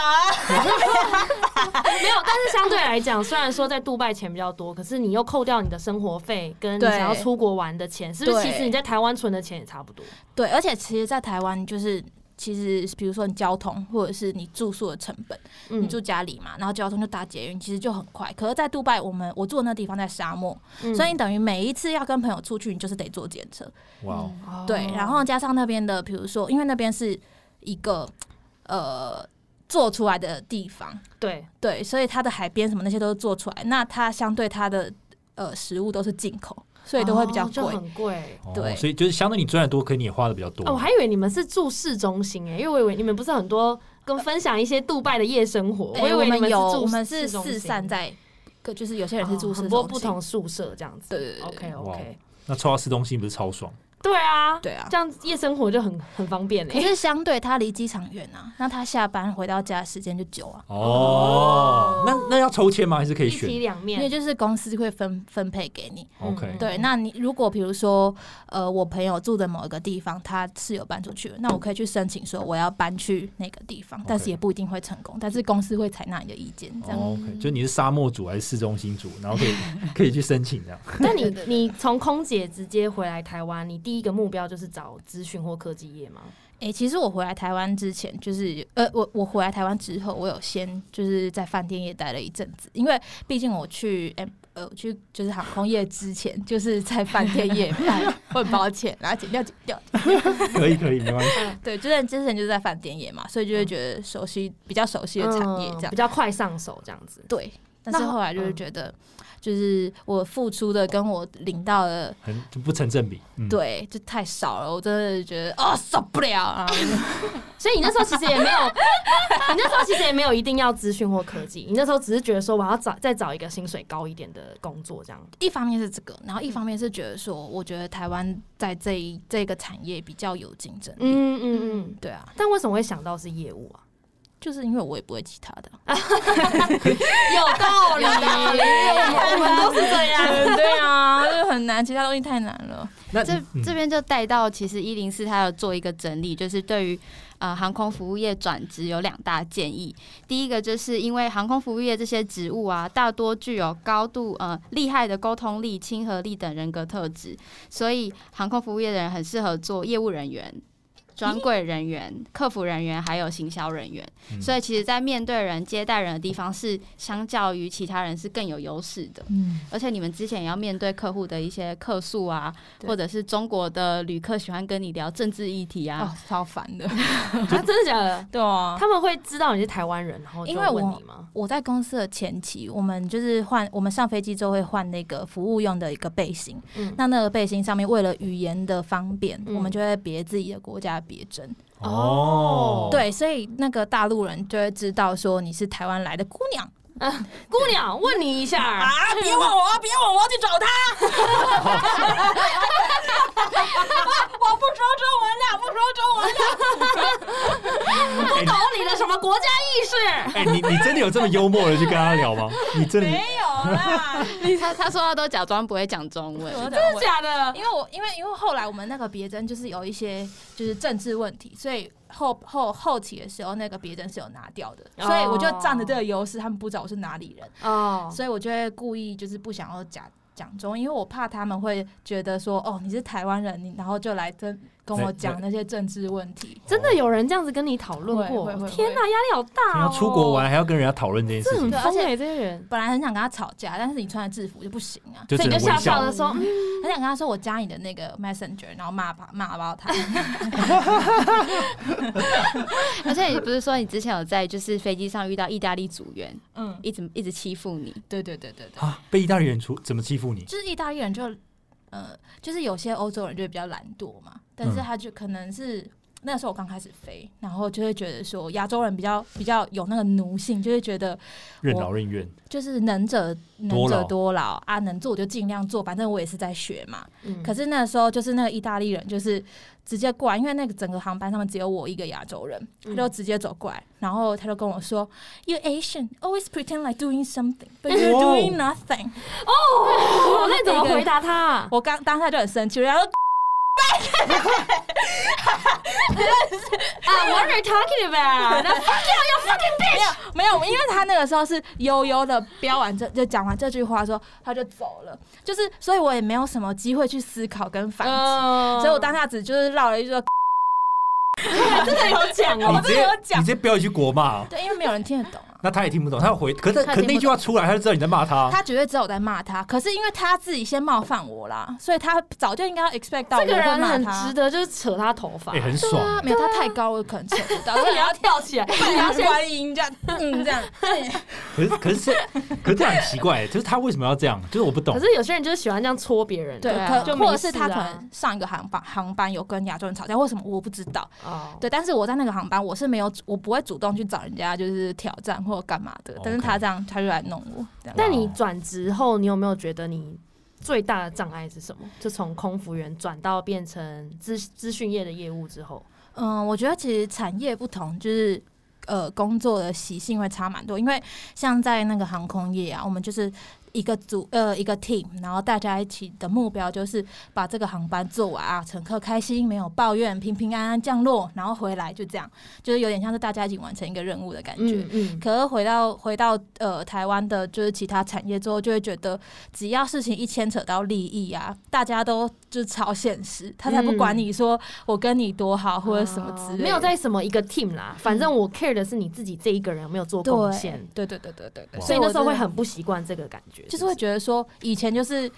没有，但是相对来讲，虽然说在杜拜钱比较多，可是你又扣掉你的生活费跟你对想要出国玩的钱，是不是？对其实你在台湾存的钱也差不多。对，而且其实，在台湾就是。其实，比如说你交通或者是你住宿的成本，嗯你住家里嘛，然后交通就搭捷运，其实就很快。可是，在杜拜，我们我住的那地方在沙漠，嗯所以你等于每一次要跟朋友出去，你就是得坐检车。哇哦，哦对，然后加上那边的，比如说，因为那边是一个呃做出来的地方，对，对，所以它的海边什么那些都是做出来，那它相对它的呃食物都是进口，所以都会比较哦就贵。很贵。哦对所以就是相对你赚的多，可是你也花的比较多。哦，我还以为你们是住市中心欸诶，因为我以为你们不是很多跟分享一些杜拜的夜生活，诶我以为你们是有，住哎我们是市中心四散，在各，就是有些人哦是住市中很心多不同宿舍这样子。对对对对 OK 哇哦 OK，那抽到市中心不是超爽？对啊，对啊 这。样夜生活就很很方便可嘞。是相对它离机场远啊，那他下班回到家的时间就久啊，哦，那那要抽签吗？还是可以一体选两因为面就是公司会分分配给你。嗯？OK，对，那你如果比如说，呃，我朋友住的某一个地方，他室友搬出去了，那我可以去申请说我要搬去那个地方，但 OK 是也不一定会成功，但是公司会采纳你的意见，这样。哦 OK，就你是沙漠组还是市中心组，然后可以 可以去申请这样。那你你从空姐直接回来台湾，你第一个目标就是找资讯或科技业吗？诶、其实我回来台湾之前，就是呃，我我回来台湾之后，我有先就是在饭店业待了一阵子，因为毕竟我去诶呃我去就是航空业之前，就是在饭店业 办，我很抱歉，然后剪掉剪掉，可以可以，没关系。对，就是之前就是在饭店业嘛，所以就会觉得熟悉比较熟悉的产业这样嗯嗯比。较快上手这样子。对，但是那后来就是嗯觉得，就是我付出的跟我领到嗯的，很就不成正比。嗯，对，就太少了，我真的觉得哦受不了啊！所以你那时候其实也没有， 你那时候其实也没有一定要资讯或科技，你那时候只是觉得说我要找再找一个薪水高一点的工作这样。一方面是这个，然嗯后一方面是觉得说，我觉得台湾在这一这个产业比较有竞争力。嗯嗯嗯。对啊，但为什么会想到是业 务啊？就是因为我也不会其他的， 有道理有道理我们都是这样。对啊，就很难，其他东西太难了。那这嗯这边就带到，其实一零四它有做一个整理，就是对于呃航空服务业转职有两大建议。第一个就是因为航空服务业这些职务啊，大多具有高度呃厉害的沟通力、亲和力等人格特质，所以航空服务业的人很适合做业务人员。专柜人员、客服人员还有行销人员，嗯所以其实，在面对人、接待人的地方是相较于其他人是更有优势的。嗯，而且你们之前也要面对客户的一些客诉啊，对或者是中国的旅客喜欢跟你聊政治议题啊哦。，超烦的。啊真的假的？对啊，他们会知道你是台湾人，然后就因为我问你吗？我在公司的前期，我们就是换，我们上飞机之后会换那个服务用的一个背心。嗯那那个背心上面为了语言的方便，嗯我们就会别自己的国家的别针。哦，对，所以那个大陆人就会知道说你是台湾来的姑娘姑娘，问你一下，啊！别问我，别问我，我要去找他。 我不说中文的，不说中文的。 哎，懂你的什么国家意识？哎，你你真的有这么幽默的去跟他聊吗？你真的有 啦，他 他说他都假装不会讲中 文，真真的假的？因为我因为因为后来我们那个别针就是有一些就是政治问题，所以后后后期的时候那个别针是有拿掉的，哦所以我就占了这个优势，他们不知道我是哪里人，哦，所以我就会故意就是不想要讲讲中文，因为我怕他们会觉得说哦你是台湾人，你然后就来跟跟我讲那些政治问题。真的有人这样子跟你讨论会会过？会天哪，压力好你大要哦！出国玩，还要跟人家讨论这件事这很情，对疯而且哎，这些人。本来很想跟他吵架，但是你穿的制服就不行啊，就所以只你就能微笑笑笑的。说，嗯很想跟他说我加你的那个 Messenger，然后骂吧骂爆他。而且你不是说你之前有在就是飞机上遇到意大利组员，嗯，一直一直欺负你，对对对对对，啊，被意大利人出怎么欺负你？就是意大利人就呃，就是有些欧洲人就比较懒惰嘛，但是嗯他就可能是。那时候我刚开始飞，然后就会觉得说亚洲人比较比较有那个奴性，就会觉得任劳任怨，就是能者能多者劳多劳啊，能做我就尽量做，反正我也是在学嘛。嗯可是那时候就是那个意大利人，就是直接过来，因为那个整个航班上面只有我一个亚洲人，他嗯就直接走过来，然后他就跟我说：“You Asian always pretend like doing something, but you're 哇哦 doing nothing。哦， 那你怎么回答他嗯 啊”？我刚当下就很生气，然后 What are you talking about？那没有，因为他那个时候是悠悠的飙完这就讲完这句话之后，他就走了，就是所以我也没有什么机会去思考跟 反击，嗯所以我当下只就是绕了一句说。真的有讲你哦，直真的接有你讲直，接飙一句国骂哦， 对，因为没有人听得懂啊。那他也听不懂，他要回，可是他可也听不懂是那句话出来，他就知道你在骂他。他绝对知道我在骂他，可是因为他自己先冒犯我啦，所以他早就应该要 expect 到我哎 这个会人骂很他。值得，就是扯他头 发哎，，很对啊爽，没有他太高，我可能扯不 到，而所且以你要要跳起来，你要先观音这样，嗯，这样。对可是可是这可是这样很奇怪，就是他为什么要这样？就是我不懂 可。是有些人就是喜欢这样戳别人，对，对啊可就没或者是事他可啊能上一个航班航班有跟亚洲人吵架，为什么我不知道？哦，对，但是我在那个航班我是没有，我不会主动去找人家就是挑战或者干嘛的 OK，但是他这样他就来弄我，这样。但你转职后，你有没有觉得你最大的障碍是什么？就从空服员转到变成资资讯业的业务之后，嗯，我觉得其实产业不同，就是呃工作的习性会差蛮多。因为像在那个航空业啊，我们就是一个组呃一个 team，然后大家一起的目标就是把这个航班做完啊，乘客开心，没有抱怨，平平安安降落，然后回来就这样，就是有点像是大家一起完成一个任务的感觉。嗯，可是回到回到呃台湾的，就是其他产业之后，就会觉得只要事情一牵扯到利益啊，大家都就是超现实，他才不管你说我跟你多好或者什么之类的，嗯啊没有在什么一个 team 啦，反正我 care 的是你自己这一个人有没有做贡献，对对对对对对，哇所以那时候我会真的很不习惯这个感觉，就是会觉得说以前就是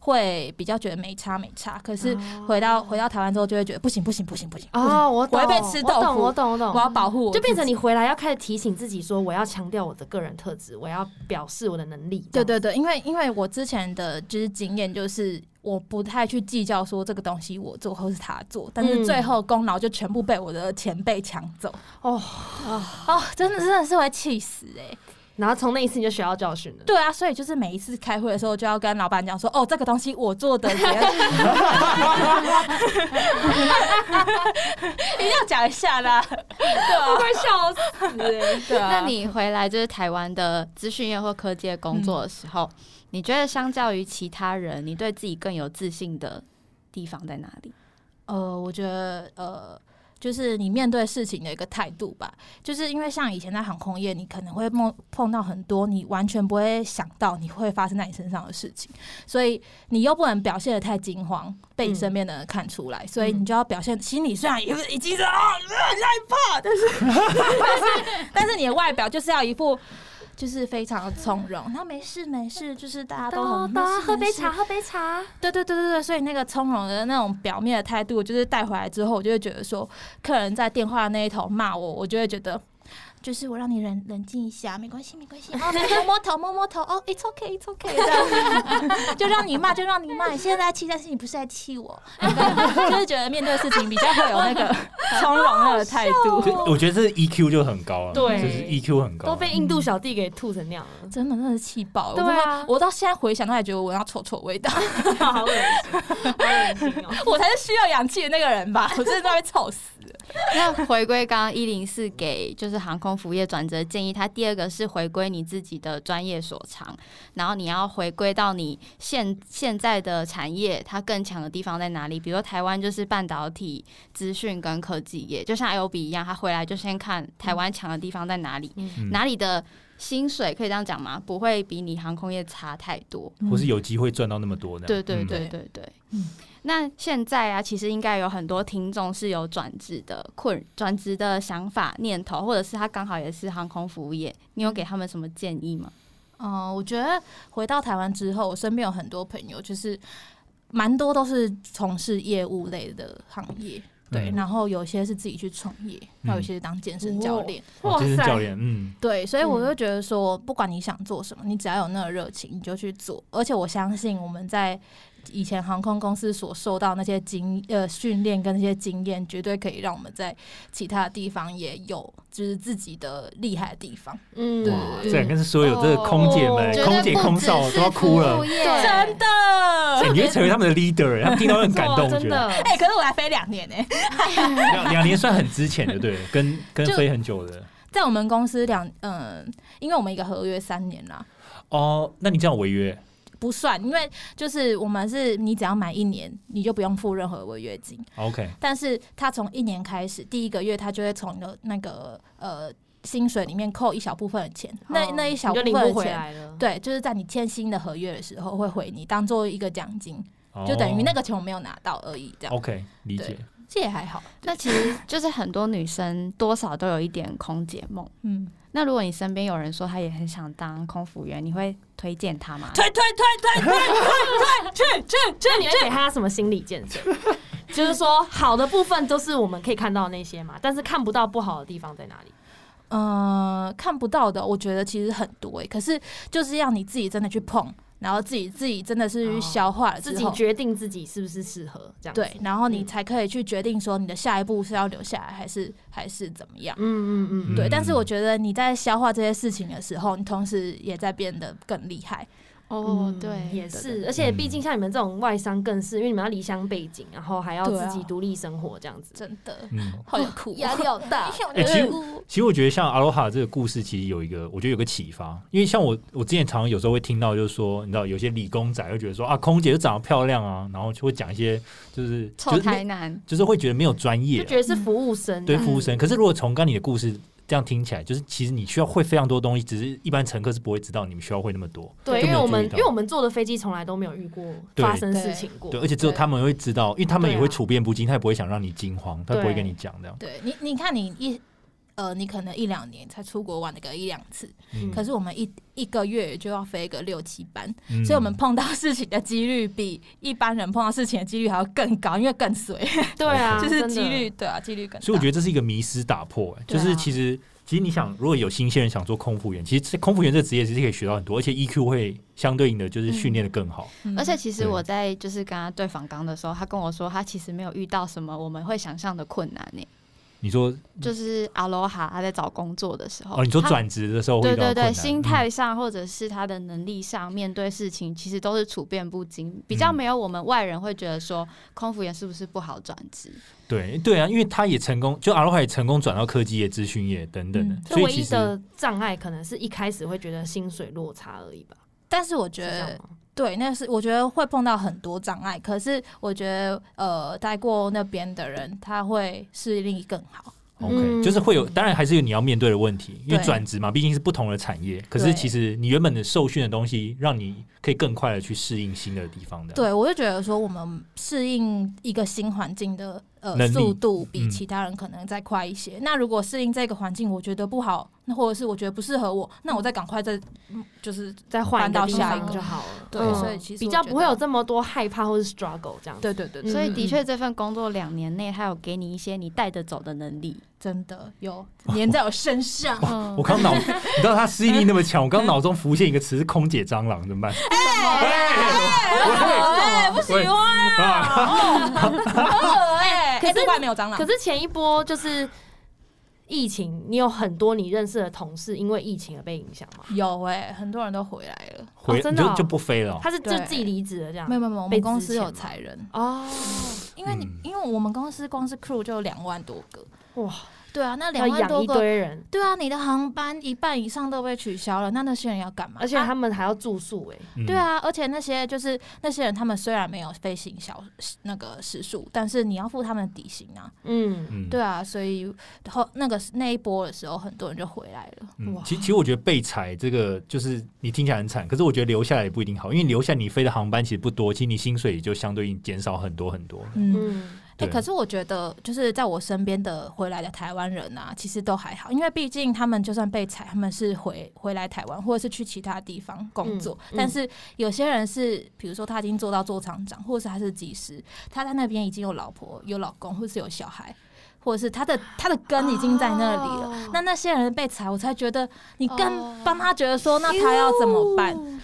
会比较觉得没差没差，可是回到回到台湾之后就会觉得不行不行不行不行，哦，我懂啊我会被吃豆腐我懂，我懂，我懂，我要保护我自就己，变成你回来要开始提醒自己说，我要强调我的个人特质，我要表示我的能力。对对对，因为因为我之前的就是经验就是。我不太去计较说这个东西我做或是他做，但是嗯最后功劳就全部被我的前辈抢走。哦，哦，真的真的是会气死哎、然后从那一次你就学到教训了。对啊，所以就是每一次开会的时候，就要跟老板讲说，哦，这个东西我做的，怎样 一定要讲一下啦。啊我快笑死、欸！对那啊，你回来就是台湾的资讯业或科技的工作的时候，嗯你觉得相较于其他人，你对自己更有自信的地方在哪里？呃，我觉得呃，就是你面对事情的一个态度吧。就是因为像以前在航空业，你可能会梦碰到很多你完全不会想到你会发生在你身上的事情，所以你又不能表现的太惊慌，被你身边的人看出来，所以你就要表现心里虽然也不是已经是啊很害怕， 但是但是但是你的外表就是要一副。就是非常的从容，那没事没事，就是大啊家都很没事没事喝杯茶。对对对对对，所以那个从容的那种表面的态度，就是带回来之后，我就会觉得说，客人在电话那一头骂我，我就会觉得，就是我让你冷冷静一下，没关系没关系，哦，摸摸头摸摸头，哦，it's okay it's okay，这样 就让你骂就让你骂，你现在在气，但是你不是在气我，就是觉得面对事情比较会有那 个从容的态就哦度。我觉得这 EQ 就很高啊，对就是 EQ 很都高。啊被印度小弟给吐成那样 了，真的，真的是气爆！对啊我到我到现在回想都还觉得我闻到臭臭味道， 好恶心，好恶心哦！我才是需要氧气的那个人吧？我真的在被臭死。 那回归刚刚一零四给就是航空服务业转折建议，它第二个是回归你自己的专业所长，然后你要回归到你现现在的产业它更强的地方在哪里？比如说台湾就是半导体、资讯跟科技业，就像 L B 一样，他回来就先看台湾强的地方在哪里，嗯哪里的薪水可以这样讲吗？不会比你航空业差太多。或是有机会赚到那么多这样。对对嗯对对对。那现在啊，其实应该有很多听众是有转职的困转职的想法念头，或者是他刚好也是航空服务业，你有给他们什么建议吗？嗯，我觉得回到台湾之后，我身边有很多朋友，就是蛮多都是从事业务类的行业，对，嗯然后有些是自己去创业，那有些是当健身教练，哦健身教练，嗯，对，所以我嗯就觉得说，不管你想做什么，你只要有那个热情，你就去做。而且我相信我们在以前航空公司所受到那些经呃训练跟那些经验，绝对可以让我们在其他地方也有就是自己的厉害的地方。嗯哇，这跟是所有这个空姐们、绝对哎空姐、不空只少是都要哭服务了，业真的，哦哎你会成为他们的 leader，他们欸听到会很没错 感动，我觉得真的。哎、可是我才飞两年呢、两两年算很之前的，对，跟跟就飞很久的。在我们公司两嗯、因为我们一个合约三年啦，哦，那你这样违约，不算，因为就是我们是你只要满一年，你就不用付任何违约金。 OK，但是他从一年开始，第一个月他就会从你的那个呃薪水里面扣一小部分的钱，那哦那一小你部就领分不的回钱。来了。对，就是在你签新的合约的时候会回你，当做一个奖金， 就等于那个。个钱我没有拿到而已，这样哦 OK，理解对。这也还好。那其实就是很多女生多少都有一点空姐梦。嗯，那如果你身边有人说他也很想当空服员，你会推荐他吗？推推推推推，那你会给他什么心理 建设？ 就是说，好的部分都是我们可以看到的那些嘛，但是看不到不好的地方在哪里。呃，看不到的，我觉得其实很多诶、欸可是就是要你自己真的去碰，然后自己自己真的是去哦消化了之自己后决定自己是不是适合这样子。对，然后你嗯才可以去决定说你的下一步是要留下来还是还是怎么样。嗯嗯嗯，对，嗯但是我觉得你在消化这些事情的时候，你同时也在变得更厉害。哦嗯对，也对对是，而且嗯毕竟像你们这种外商更是，因为你们要离乡背景，然后还要对啊自己独立生活这样子。真的，嗯， 好有哦酷，压力好 大。哎其实其实我觉得像阿罗哈这个故事，其实有一个，我觉得有个启发，因为像我，我之前常常有时候会听到，就是说，你知道，有些理工仔会觉得说啊，空姐就长得漂亮啊，然后就会讲一些就是臭就是台没男，就是会觉得没有专就业啊、觉得是服务生啊这对样，服务生。可是如果从刚你的故事这样听起来，就是其实你需要会非常多东西，只是一般乘客是不会知道你们需要会那么多。对，就没因为有我注意们到因为我们坐的飞机从来都没有遇过对发生事情过对，，而且只有对他们会知道，因为他们也对啊会处变不惊，他也不会想让你惊慌，他不会对跟你讲这样。对你，你看你一呃，你可能一两年才出国玩了个一两次，嗯可是我们一一个月就要飞个六七班，嗯所以我们碰到事情的几率比一般人碰到事情的几率还要更高，因为更随，对啊，就是真的几率，对啊，几率更大。所以我觉得这是一个迷失打破、欸，就对啊是其实其实你想，如果有新鲜人想做空服员，其实这空服员这个职业其实可以学到很多，而且 EQ 会相对应的就是训练的更好。嗯而且其实对我在就是跟他对访刚的时候，他跟我说他其实没有遇到什么我们会想象的困难呢、你说就是阿罗哈他在找工作的时候，嗯哦，你说他转职的时候会遇对到对困难对，嗯心、态上或者是他的能力上，面对事情其实都是处变不惊，比较嗯没有我们外人会觉得说空服员是不是不好转职。嗯对对啊，因为他也成功，就阿罗哈也成功转到科技业、资讯业等等的，嗯所所以以唯其一实的障碍可能是一开始会觉得薪水落差而已吧，但是我觉是这得样吗？对，那是我觉得会碰到很多障碍，可是我觉得呃，待过那边的人他会适应力更啊好。 OK，、嗯就是会有，当然还是有你要面对的问题，因为对转职嘛，毕竟是不同的产业。可是对其实你原本的受训的东西，让你可以更快的去适应新的地方的。，对我就觉得说，我们适应一个新环境的呃能力速度比嗯其他人可能再快一些。那如果适应这个环境，我觉得不好，那或者是我觉得不适合我，那我再赶快再嗯就是再换个搬到地下方一个就好了，对嗯所以其实比我较觉不会得有这么多害怕或是 struggle 这样子。对对对对，所以的嗯确，这份工作两年内，他有给你一些你带得走的能力。真的有粘在我身 上。我刚脑，你知道他适应力那么强，我刚脑中浮现一个词是空姐蟑螂，怎么办？哎，不喜欢啊，哎，可是哎这块没有蟑螂可，是前一波就是疫情，你有很多你认识的同事因为疫情而被影响吗？有哎，很多人都回来了。回哦你真的哦就就不飞了哦。他是就对自己离职了这样没？有没有没有，我被们公之司前有吗裁人，哦，因为你嗯因为我们公司光是 crew 就有两万多个，哇，对啊，那要两万养多一个，堆人，对啊，你的航班一半以上都被取消了，那那些人要干嘛？而且啊他们还要住宿哎、嗯对，啊，而且那些就是那些人，他们虽然没有飞行小那个时数，但是你要付他们的底薪啊。嗯，嗯对啊，所以后那个那一波的时候，很多人就回来了。嗯哇，其其实我觉得被裁这个就是你听起来很惨，可是我觉得留下来也不一定好，因为留下你飞的航班其实不多，其实你薪水也就相对应减少很多很多。嗯，嗯，哎、对可是我觉得就是在我身边的回来的台湾人啊，其实都还好，因为毕竟他们就算被裁，他们是回回来台湾或者是去其他地方工作，嗯嗯但是有些人是比如说他已经做到座厂长，或者是他是技师，他在那边已经有老婆、有老公，或是有小孩。或者是他的他的根已经在那里了，哦那那些人被裁，我才觉得你哦更帮他觉得说，那他要怎么办？嗯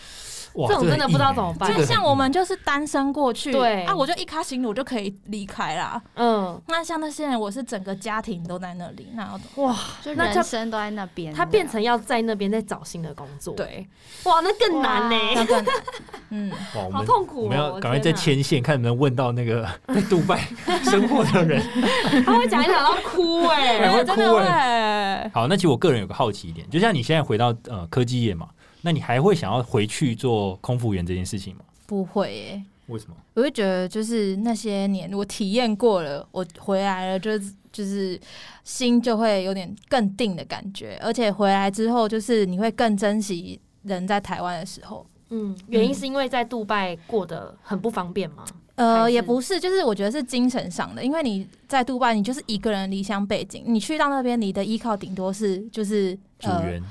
哇，这种个真的很不知道硬欸怎么办这个就很像硬我们就是单身过去，对啊，我就一开行我就可以离开啦。嗯，那像那些人，我是整个家庭都在那里，那要怎么哇，就那人他生都在那边了，他变成要在那边再找新的工作，，对？哇，那更难呢、 那 更难欸嗯，哇，我好们痛苦哦我们要我赶快天再哪牵线，看能不能问到那 个在杜拜生活的人。他会讲一讲到哭 哎、哎会真的哭会。好，那其实我个人有个好奇一点，就像你现在回到呃科技业嘛，那你还会想要回去做空服员这件事情吗？不会耶、为什么？我会觉得就是那些年我体验过了，我回来了就是。就是心就会有点更定的感觉，而且回来之后，就是你会更珍惜人在台湾的时候。嗯，原因是因为在杜拜过得很不方便吗？还呃，是也不是，就是我觉得是精神上的，因为你在杜拜，你就是一个人离乡背景，你去到那边，你的依靠顶多是就是组呃，员，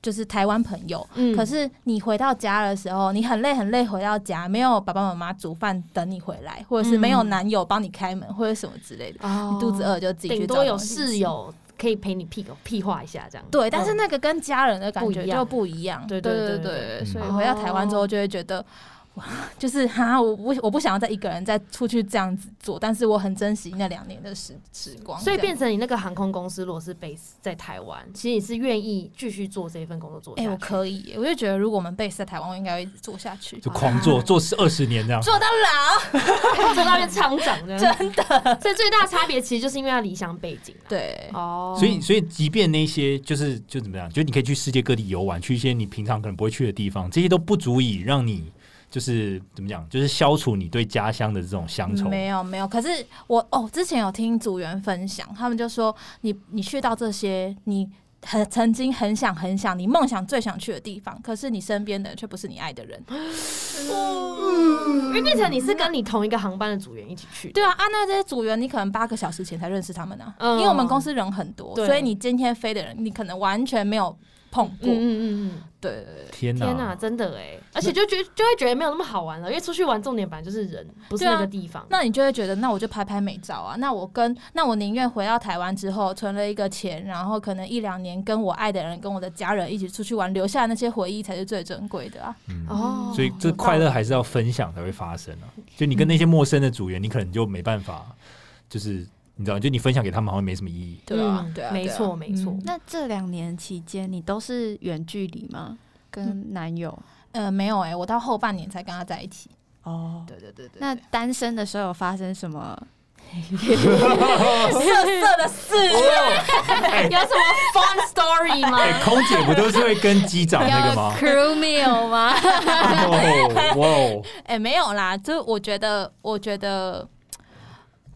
就是台湾朋友，嗯可是你回到家的时候，你很累很累，回到家没有爸爸妈妈煮饭等你回来，或者是没有男友帮你开门，或者什么之类的，哦你肚子，饿就自己顶去找多有东西室吃。友可以陪你屁屁话一下这样。对，但是嗯那个跟家人的感不觉一样就不一样。对对对对对对哦嗯所以回到台湾之后就会觉得。哇，就是哈，我不我不想要再一个人再出去这样子做，但是我很珍惜那两年的时时光。所以这样变成你那个航空公司，如果是 base 在台湾，其实你是愿意继续做这份工作做下哎、去。我可以耶，我就觉得如果我们 base 在台湾，我应该会一直做下去，就狂 做做十二十年这样。做到老。做到变厂长这样，真的。所以最大的差别其实就是因为要理想背景、啊。对，哦，所以，所以即便那些就是就怎么样，就你可以去世界各地游玩，去一些你平常可能不会去的地方，这些都不足以让你就是怎么讲，就是消除你对家乡的这种乡愁。没有没有，可是我哦，之前有听组员分享，他们就说你你去到这些你很曾经很想很想你梦想最想去的地方，可是你身边的人却不是你爱的人。啊因为变成你是跟你同一个航班的组员一起去，对啊，啊，那这些组员你可能八个小时前才认识他们呢、啊，嗯因为我们公司人很多，对所以你今天飞的人你可能完全没有碰过。嗯嗯嗯对对对天嗯，哪！天哪、真的哎，而且就觉就会觉得没有那么好玩了，因为出去玩重点本来就是人，不是对啊那个地方。那你就会觉得，那我就拍拍美照啊。那我跟那我宁愿回到台湾之后存了一个钱，然后可能一两年跟我爱的人、跟我的家人一起出去玩，留下那些回忆才是最珍贵的啊。嗯哦，所以这快乐还是要分享才会发生啊！就你跟那些陌生的组员，你可能就没办法，就是你知道，就你分享给他们好像没什么意义。对啊，嗯对啊，没对啊错没错嗯那这两年期间，你都是远距离吗？嗯跟男友？呃，没有哎、我到后半年才跟他在一起。哦，对对对对那单身的时候有发生什么？哦色色的事， 有什么 fun story 吗？哎、空姐不都是会跟机长啊那个吗？ crew meal 吗？哦哇哦， 哎、没有啦，就我觉得，我觉得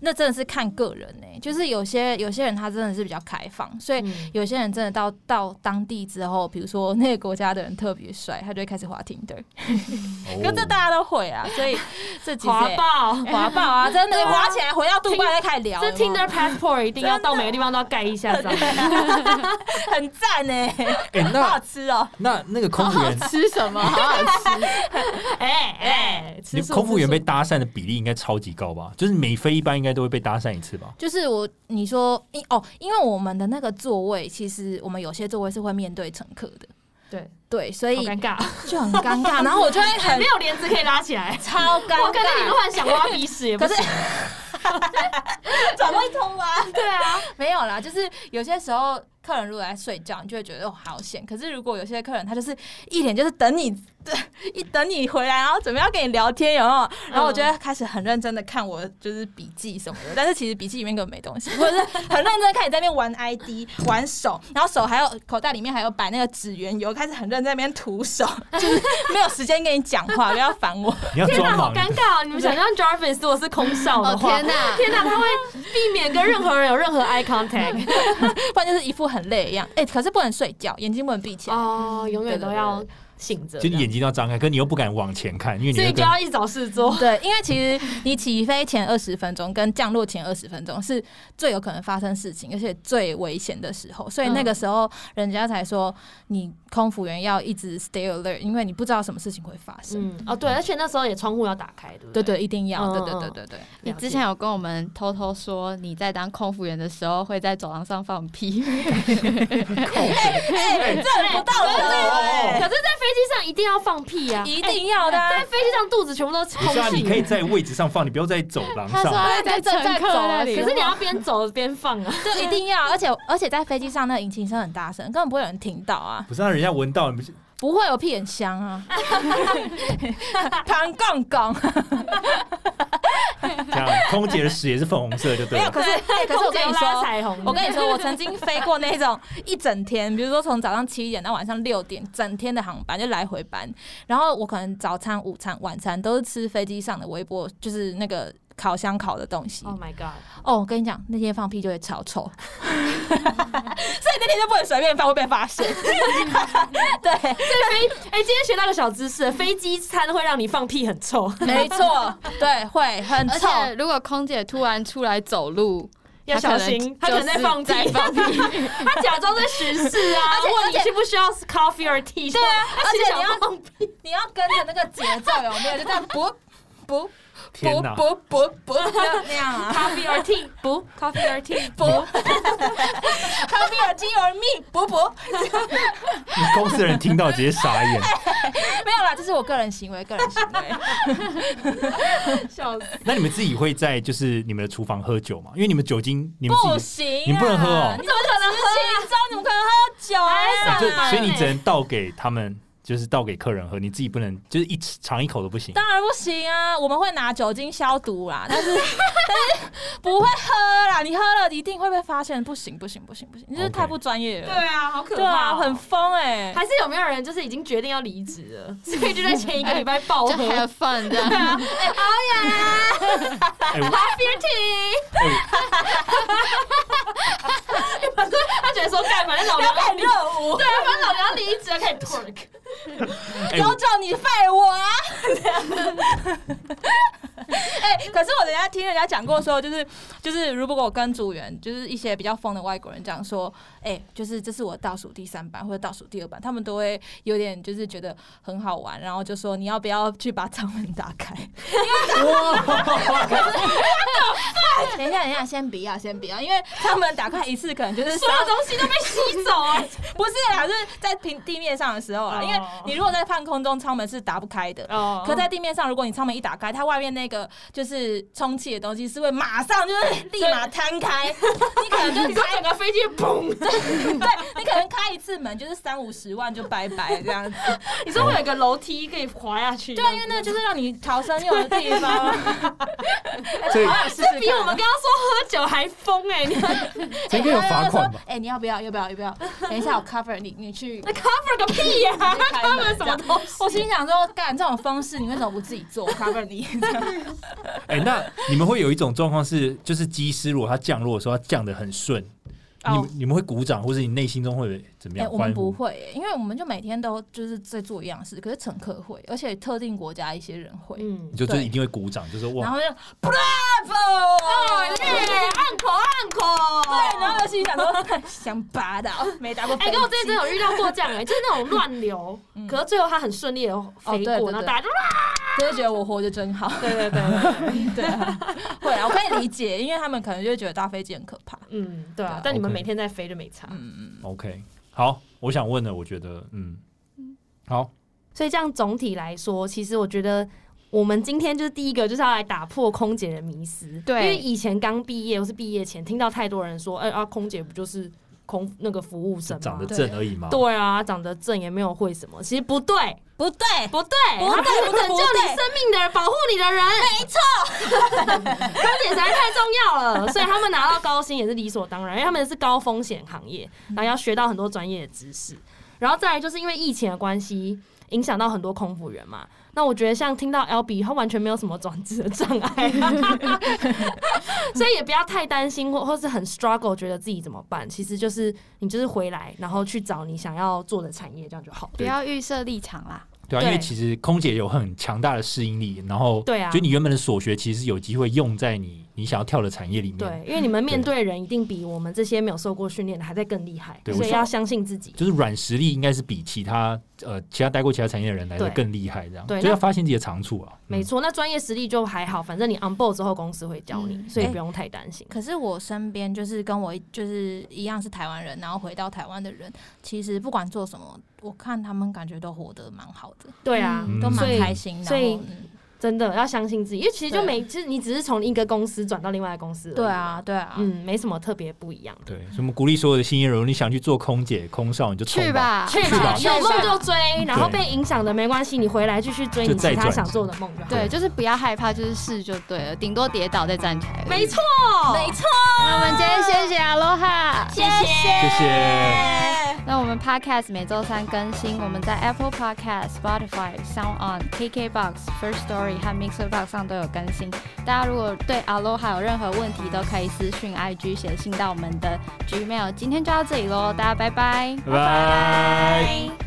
那真的是看个人呢、就是有些有些人他真的是比较开放，所以嗯有些人真的到到当地之后，比如说那个国家的人特别帅，他就会开始滑 Tinder，可这大家都会 啊，所以这其实滑也 爆。滑爆啊，真的对啊滑起来，回到杜拜再开始聊，这有没有 Tinder passport 一定要到每个地方都要盖一 下，这样很赞呢、哎、好好那吃哦、那那个空服员，吃什么？好好吃。 哎哎，吃你素空服员吃被搭讪的比例应该超级高吧？就是每飞一班应该都会被搭讪一次吧？就是我，你说，因哦，因为我们的那个座位，其实我们有些座位是会面对乘客的，素对，对，所好以尴尬，就很尴尬， 然后我就会很。没有帘子可以拉起 来超尴我刚才你尬。乱想挖鼻屎也不可 行是转会通吗？对啊，没有啦，就是有些时候客人如果在睡觉，你就会觉得哦好险。可是如果有些客人他就是一脸就是等你，一等你回来，然后准备要跟你聊天，有没有？然后我就会开始很认真的看我就是笔记什么的，但是其实笔记里面根本没东西， 或者是很认真的看你在那边玩 ID 玩手，然后手还有口袋里面还有摆那个指缘油，开始很认真在那边涂手， 就是没有时间跟你讲话，不要烦我。你要天哪，装好忙，尴尬哦！你们想象 Jarvis 如果是空少哦的话，天哪， 天哪，他会避免跟任何人有任何 eye contact 不然就是一副很累的样。哎、可是不能睡觉，眼睛不能闭起来。哦，永远都要醒着，就你眼睛都要张开，可你又不敢往前看，因为你所会以就跟要一早事做。 对，因为其实你起飞前二十分钟跟降落前二十分钟是最有可能发生事情，而且最危险的时候，所以那嗯个时候人家才说你空服员要一直 stay alert，因为你不知道什么事情会发生。 嗯，哦对，而且那时候也窗户要打开，对不对对对，一定要，嗯对嗯对对嗯对对。你之前有跟我们偷偷说你在当空服员的时候会在走廊上放 屁，哎，这很不道德可哎，是，在飞机上一定要放屁呀、啊，一定要的啊在飞机上肚子全部都是不是啊，空你可以气。在位置上放，你不要在走廊他说上。哎他在乘客那哦里，可是你要边走边放啊！就一定要，而且而且在飞机上那个引擎声很大声，根本不会有人听到啊，不是让人家闻到，你不是不会有屁眼香啊， 弹杠杠。这样，空姐的屎也是粉红色，就对没有，了。可是、哎可是我跟你空姐拉说，彩虹，我跟你说，我曾经飞过那种一整天，比如说从早上七点到晚上六点，整天的航班就来回班。然后我可能早餐、午餐、晚餐都是吃飞机上的微波，就是那个烤箱烤的东西。 Oh my god！哦，我跟你讲，那天放屁就会超臭，所以那天就不能随便放，会被发现。 对，对飞，哎、今天学到个小知识，飞机餐会让你放屁很臭，没错，对，会很而臭。且如果空姐突然出来走路，要小心，他可能在放屁，在放屁。他假装在巡视啊，而且问你而且需不需要 coffee or tea，对啊，而而且你要放屁，你要跟着那个节奏有没有？就这样，不不天不哪！不不 不那样啊。 coffee or tea 不，coffee or tea 不， Coffee or tea or me？不不，你公司的人听到直接傻 眼。没有啦，这是我个人行为，个人行为。 笑死！那你们自己会在就是你们的厨房喝酒吗？因为你们酒精，你们 不自己，行、啊，你不能喝哦你怎么可能喝？你知道你们可能喝酒啊？哎就上班所以你欸只能倒给他们，就是倒给客人喝，你自己不能就是一吃尝一口都不行。当然不行啊！我们会拿酒精消毒啦，但是 但是不会喝啦。你喝了一定会被发现，不行不行不行不行，你就是 OK 太不专业了。啊，好可对啊，很疯哎、还是有没有人就是已经决定要离职了，所以 就在前一个礼拜爆就喝 have fun 这样， 哎、 我，coffee or tea，他觉得说干嘛，那老娘很要离热舞，对，反正老娘要离职了，开始 twerk。哎有我种你废我啊！ 哎、可是我人家听人家讲过说，就是就是，如果我跟组员，就是一些比较疯的外国人讲说，哎、就是这是我倒数第三班或者倒数第二班，他们都会有点就是觉得很好玩，然后就说你要不要去把舱门打开？ 等一下，等一下，先不要，先不要，因为舱门打开一次可能就是啊所有东西都被吸走啊！不是啦，是在平地面上的时候啦，啊因为哦你如果在半空中，舱门是打不开的。哦可在地面上，如果你舱门一打开，它外面那个就是充气的东西是会马上就是 立马摊开，你可能就你说整个飞机砰， 对你可能开一次门就是三五十万就拜拜这样子。你说会有一个楼梯可以滑下 去，对啊，因为那个就是让你逃生用的地 方啊。所以好想试试这比看我们刚刚说喝酒还疯哎！你 看这应该有罚款吧？哎、你要不要？要不要？要不要？等一下我 cover 你，你去。那 cover 个屁呀！cover 什么东西？我心想说，干这种方式，你为什么不自己做 cover 你？ 哎、那你们会有一种状况是，就是机师如果他降落的时候，他降的很顺，哦你们你们会鼓掌，或是你内心中会怎么哎、样？我们欢呼不会、欸，因为我们就每天都就是在做一样事，可是乘客会，而且特定国家一些人会，嗯你，就就是对一定会鼓掌，就说然哇，后就 bravo，哦耶，按口按口。哦对，然后就心想说 想拔哦倒，没打过飞哎，机，跟我之前真的有遇到过这样哎， 就是那种乱流，可是最后他很顺利的哦飞对过，对然后对大家就真的觉得我活着真好，对对对，对啊， 会啊，我可以理解，因为他们可能就会觉得搭飞机很可怕， 嗯，对啊对。但你们 OK 每天在飞就没差，嗯， OK，好，我想问的，我觉得，嗯，好，所以这样总体来说，其实我觉得我们今天就是第一个就是要来打破空姐的迷思，对呃因为以前刚毕业或是毕业前，听到太多人说，哎、啊，空姐不就是空那个服务生长吗得？正而已嘛。对啊，长得正也没有会什么，其实不对，不对，不对，不他对是不对拯不救对你生命的人，保护你的人，没错， 空姐实在太重要了，所以他们拿到高薪也是理所当然，因为他们是高风险行业，嗯然后要学到很多专业的知识，然后再来就是因为疫情的关系。影响到很多空服员嘛，那我觉得像听到 L B，他完全没有什么转职的障 碍，所以也不要太担心或或是很 struggle，觉得自己怎么办。其实就是你就是回来，然后去找你想要做的产业，这样就好了。不要预设立场啦。对啊，因为对其实空姐有很强大的适应力，然后对啊就你原本的所学，其实有机会用在你你想要跳的产业里面。对，因为你们面对人一定比我们这些没有受过训练的还在更厉害，对所以我要相信自己。就是嗯软实力应该是比其他呃其他待过其他产业的人来的对更厉害，这样对就那要发现自己的长处啊。没错，错，那专业实力就还好，反正你 on board 之后公司会教你，嗯所以哎不用太担心。可是我身边就是跟我一就是一样是台湾人，然后回到台湾的人，其实不管做什么，我看他们感觉都活得蛮好的，对啊，嗯都所蛮以开心。所以然后嗯真的要相信自己，因为其实就对没，其实你只是从一个公司转到另外一个公司。对，啊，对啊，嗯，没什么特别不一样。对，所以我们鼓励所有的新鲜人，你想去做空姐、空少，你就冲去吧，去吧吧，去有梦吧就追，然后被影响的没关系，你回来继续追就你再其他转想做的梦就好。对，就是不要害怕，就是试就对了，顶多跌倒再站起来。没，错，没错，那我们今天谢谢阿罗哈，哦谢谢谢谢。那我们 Podcast 每周三更新，我们在 Apple Podcast、Spotify、Sound On、KKBox、First Story 和 Mixer Box 上都有更新。大家如果对 Aloha 有任何问题，都可以私讯 IG 写信到我们的 Gmail。今天就到这里喽，大家拜拜。拜拜。拜。